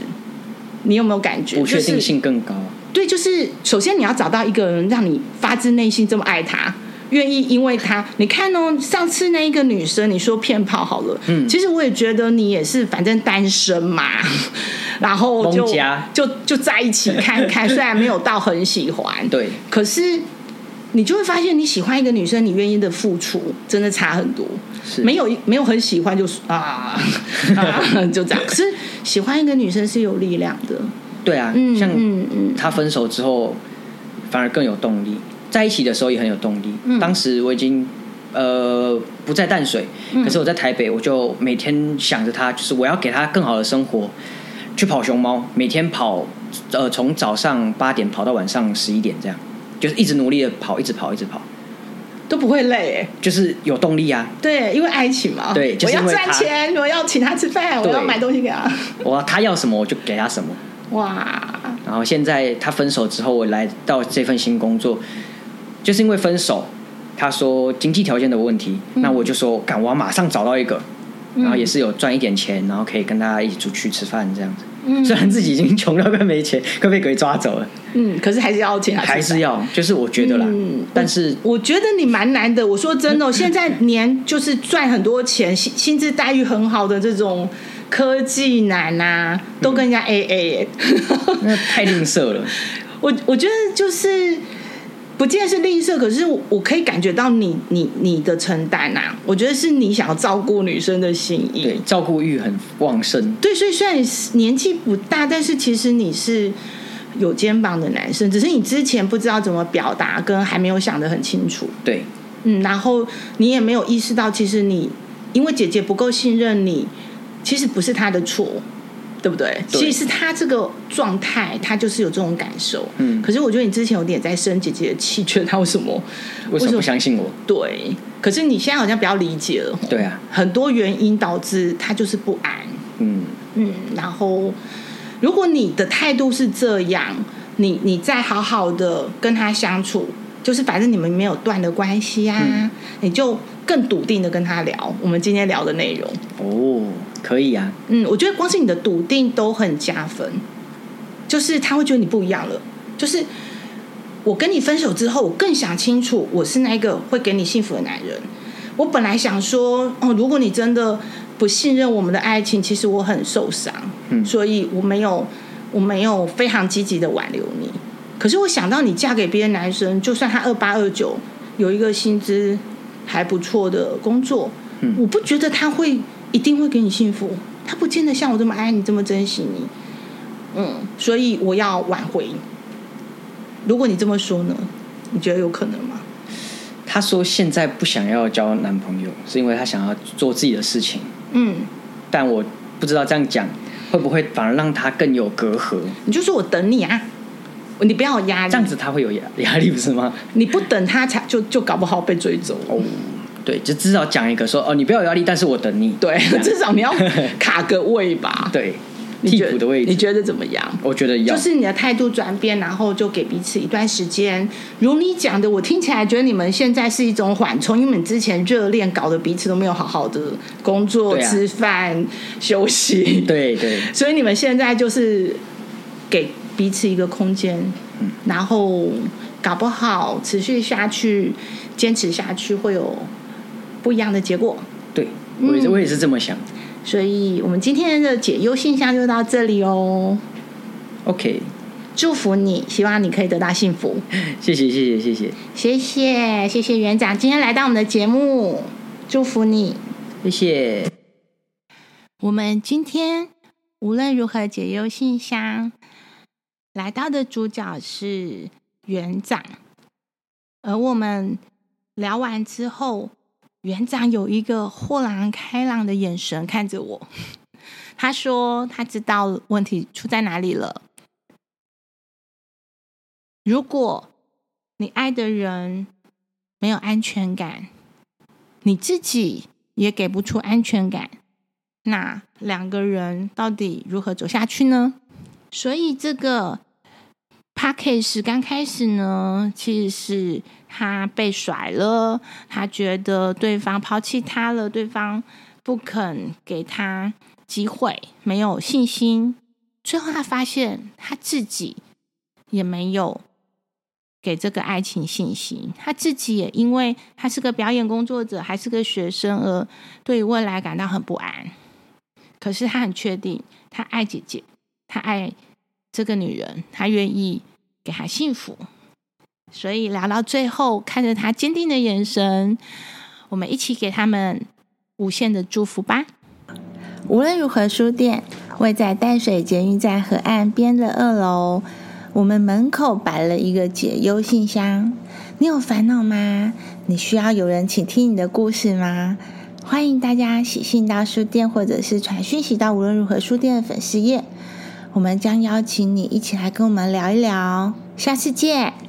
[SPEAKER 1] 你有没有感觉？
[SPEAKER 2] 不确定
[SPEAKER 1] 就是
[SPEAKER 2] 性更高啊。
[SPEAKER 1] 对，就是首先你要找到一个人，让你发自内心这么爱他，愿意因为他。你看哦，上次那一个女生，你说骗炮好了，
[SPEAKER 2] 嗯
[SPEAKER 1] 其实我也觉得你也是，反正单身 嘛，然后就
[SPEAKER 2] 蒙夹
[SPEAKER 1] 就就在一起看 看，虽然没有到很喜欢，，
[SPEAKER 2] 对，
[SPEAKER 1] 可是你就会发现，你喜欢一个女生，你愿意的付出真的差很多。
[SPEAKER 2] 是
[SPEAKER 1] 没有没有很喜欢就是 啊啊就这样，可是喜欢一个女生是有力量的，
[SPEAKER 2] 对啊，
[SPEAKER 1] 嗯
[SPEAKER 2] 像
[SPEAKER 1] 嗯嗯，
[SPEAKER 2] 他分手之后反而更有动力，在一起的时候也很有动力。
[SPEAKER 1] 嗯
[SPEAKER 2] 当时我已经呃不在淡水，可是我在台北，我就每天想着他，就是我要给他更好的生活，去跑熊猫，每天跑呃从早上八点跑到晚上十一点这样，就是一直努力的跑，一直跑，一直跑，
[SPEAKER 1] 都不会累、欸。
[SPEAKER 2] 就是有动力啊。
[SPEAKER 1] 对，因为爱情嘛。
[SPEAKER 2] 对就是
[SPEAKER 1] 我要
[SPEAKER 2] 因为
[SPEAKER 1] 赚
[SPEAKER 2] 他
[SPEAKER 1] 钱，我要请他吃饭，我
[SPEAKER 2] 对
[SPEAKER 1] 要买东西给他。
[SPEAKER 2] 我他要什么我就给他什么。
[SPEAKER 1] 哇，
[SPEAKER 2] 然后现在他分手之后，我来到这份新工作，就是因为分手，他说经济条件的问题，那我就说，赶我要马上找到一个，然后也是有赚一点钱，然后可以跟他一起出去吃饭这样子。虽然自己已经穷到快没钱，快被鬼抓走了，
[SPEAKER 1] 嗯，可是还是要请他吃饭
[SPEAKER 2] 还啊是。要，就是我觉得啦，
[SPEAKER 1] 嗯
[SPEAKER 2] 但是
[SPEAKER 1] 我觉得你蛮难的。我说真 的哦、现在年就是赚很多钱，薪薪资待遇很好的这种科技男啊，都跟人
[SPEAKER 2] 嗯
[SPEAKER 1] 家 A A、
[SPEAKER 2] 那太吝啬了，
[SPEAKER 1] 我我觉得就是不见得是吝啬，可是我我可以感觉到你你你的承担呐、啊。我觉得是你想要照顾女生的心意。
[SPEAKER 2] 对，照顾欲很旺盛，
[SPEAKER 1] 对，所以虽然你年纪不大，但是其实你是有肩膀的男生，只是你之前不知道怎么表达，跟还没有想得很清楚。
[SPEAKER 2] 对，
[SPEAKER 1] 嗯，然后你也没有意识到，其实你因为姐姐不够信任你，其实不是她的错，对不对？
[SPEAKER 2] 对
[SPEAKER 1] 其实她这个状态，她就是有这种感受。
[SPEAKER 2] 嗯
[SPEAKER 1] 可是我觉得你之前有点在生姐姐的气，觉得她为什么？
[SPEAKER 2] 为什
[SPEAKER 1] 为什
[SPEAKER 2] 么
[SPEAKER 1] 么
[SPEAKER 2] 不相信我？
[SPEAKER 1] 对，可是你现在好像比较理解了，
[SPEAKER 2] 对啊，
[SPEAKER 1] 很多原因导致她就是不安。
[SPEAKER 2] 嗯，
[SPEAKER 1] 嗯，然后如果你的态度是这样，你你再好好的跟他相处，就是反正你们没有断的关系啊，
[SPEAKER 2] 嗯
[SPEAKER 1] 你就更笃定的跟他聊我们今天聊的内容。
[SPEAKER 2] 哦，可以啊，
[SPEAKER 1] 嗯，我觉得光是你的笃定都很加分，就是他会觉得你不一样了，就是。我跟你分手之后，我更想清楚，我是那一个会给你幸福的男人。我本来想说，哦，如果你真的不信任我们的爱情，其实我很受伤，
[SPEAKER 2] 嗯
[SPEAKER 1] 所以我没有，我没有非常积极的挽留你。可是我想到你嫁给别的男生，就算他二八二九，有一个薪资还不错的工作，
[SPEAKER 2] 嗯
[SPEAKER 1] 我不觉得他会一定会给你幸福，他不见得像我这么爱你，这么珍惜你。嗯，所以我要挽回。如果你这么说呢，你觉得有可能吗？
[SPEAKER 2] 她说现在不想要交男朋友，是因为她想要做自己的事情，
[SPEAKER 1] 嗯，
[SPEAKER 2] 但我不知道这样讲会不会反而让她更有隔阂，
[SPEAKER 1] 你就说我等你啊，你不要有压力，
[SPEAKER 2] 这样子她会有压压力不是吗？
[SPEAKER 1] 你不等他才就就搞不好被追走。
[SPEAKER 2] 哦，对，就至少讲一个说哦，你不要有压力，但是我等你，
[SPEAKER 1] 对， 至少你要卡个位吧。
[SPEAKER 2] 对，
[SPEAKER 1] 你
[SPEAKER 2] 替
[SPEAKER 1] 觉得
[SPEAKER 2] 补的位
[SPEAKER 1] 你
[SPEAKER 2] 置，
[SPEAKER 1] 觉得怎么样？
[SPEAKER 2] 我觉得要，
[SPEAKER 1] 就是你的态度转变，然后就给彼此一段时间。如你讲的，我听起来觉得你们现在是一种缓冲，因为你们之前热恋搞得彼此都没有好好的工作、
[SPEAKER 2] 对啊
[SPEAKER 1] 吃饭、休息。
[SPEAKER 2] 对对，
[SPEAKER 1] 所以你们现在就是给彼此一个空间，然后搞不好持续下去、坚持下去会有不一样的结果。
[SPEAKER 2] 对我
[SPEAKER 1] 嗯
[SPEAKER 2] 也是、我也是这么想。
[SPEAKER 1] 所以我们今天的解忧信箱就到这里哦。
[SPEAKER 2] OK，
[SPEAKER 1] 祝福你，希望你可以得到幸福。
[SPEAKER 2] 谢谢谢谢谢谢
[SPEAKER 1] 谢谢，谢谢园长今天来到我们的节目，祝福你。
[SPEAKER 2] 谢谢，
[SPEAKER 3] 我们今天无论如何解忧信箱来到的主角是园长，而我们聊完之后，园长有一个豁然开朗的眼神看着我， 他说他知道问题出在哪里了。如果你爱的人没有安全感，
[SPEAKER 1] 你自己也给不出安全感，那两个人到底如何走下去呢？所以这个 p a c k a g e 刚开始呢，其实是他被甩了，他觉得对方抛弃他了，对方不肯给他机会，没有信心。最后他发现他自己也没有给这个爱情信心，他自己也因为他是个表演工作者，还是个学生，而对于未来感到很不安。可是他很确定，他爱姐姐，他爱这个女人，他愿意给她幸福。所以聊到最后，看着他坚定的眼神，我们一起给他们无限的祝福吧。
[SPEAKER 4] 无论如何，书店位在淡水捷运站河岸边的二楼。我们门口摆了一个解忧信箱。你有烦恼吗？你需要有人倾听你的故事吗？欢迎大家写信到书店，或者是传讯息到无论如何书店的粉丝页。我们将邀请你一起来跟我们聊一聊。下次见。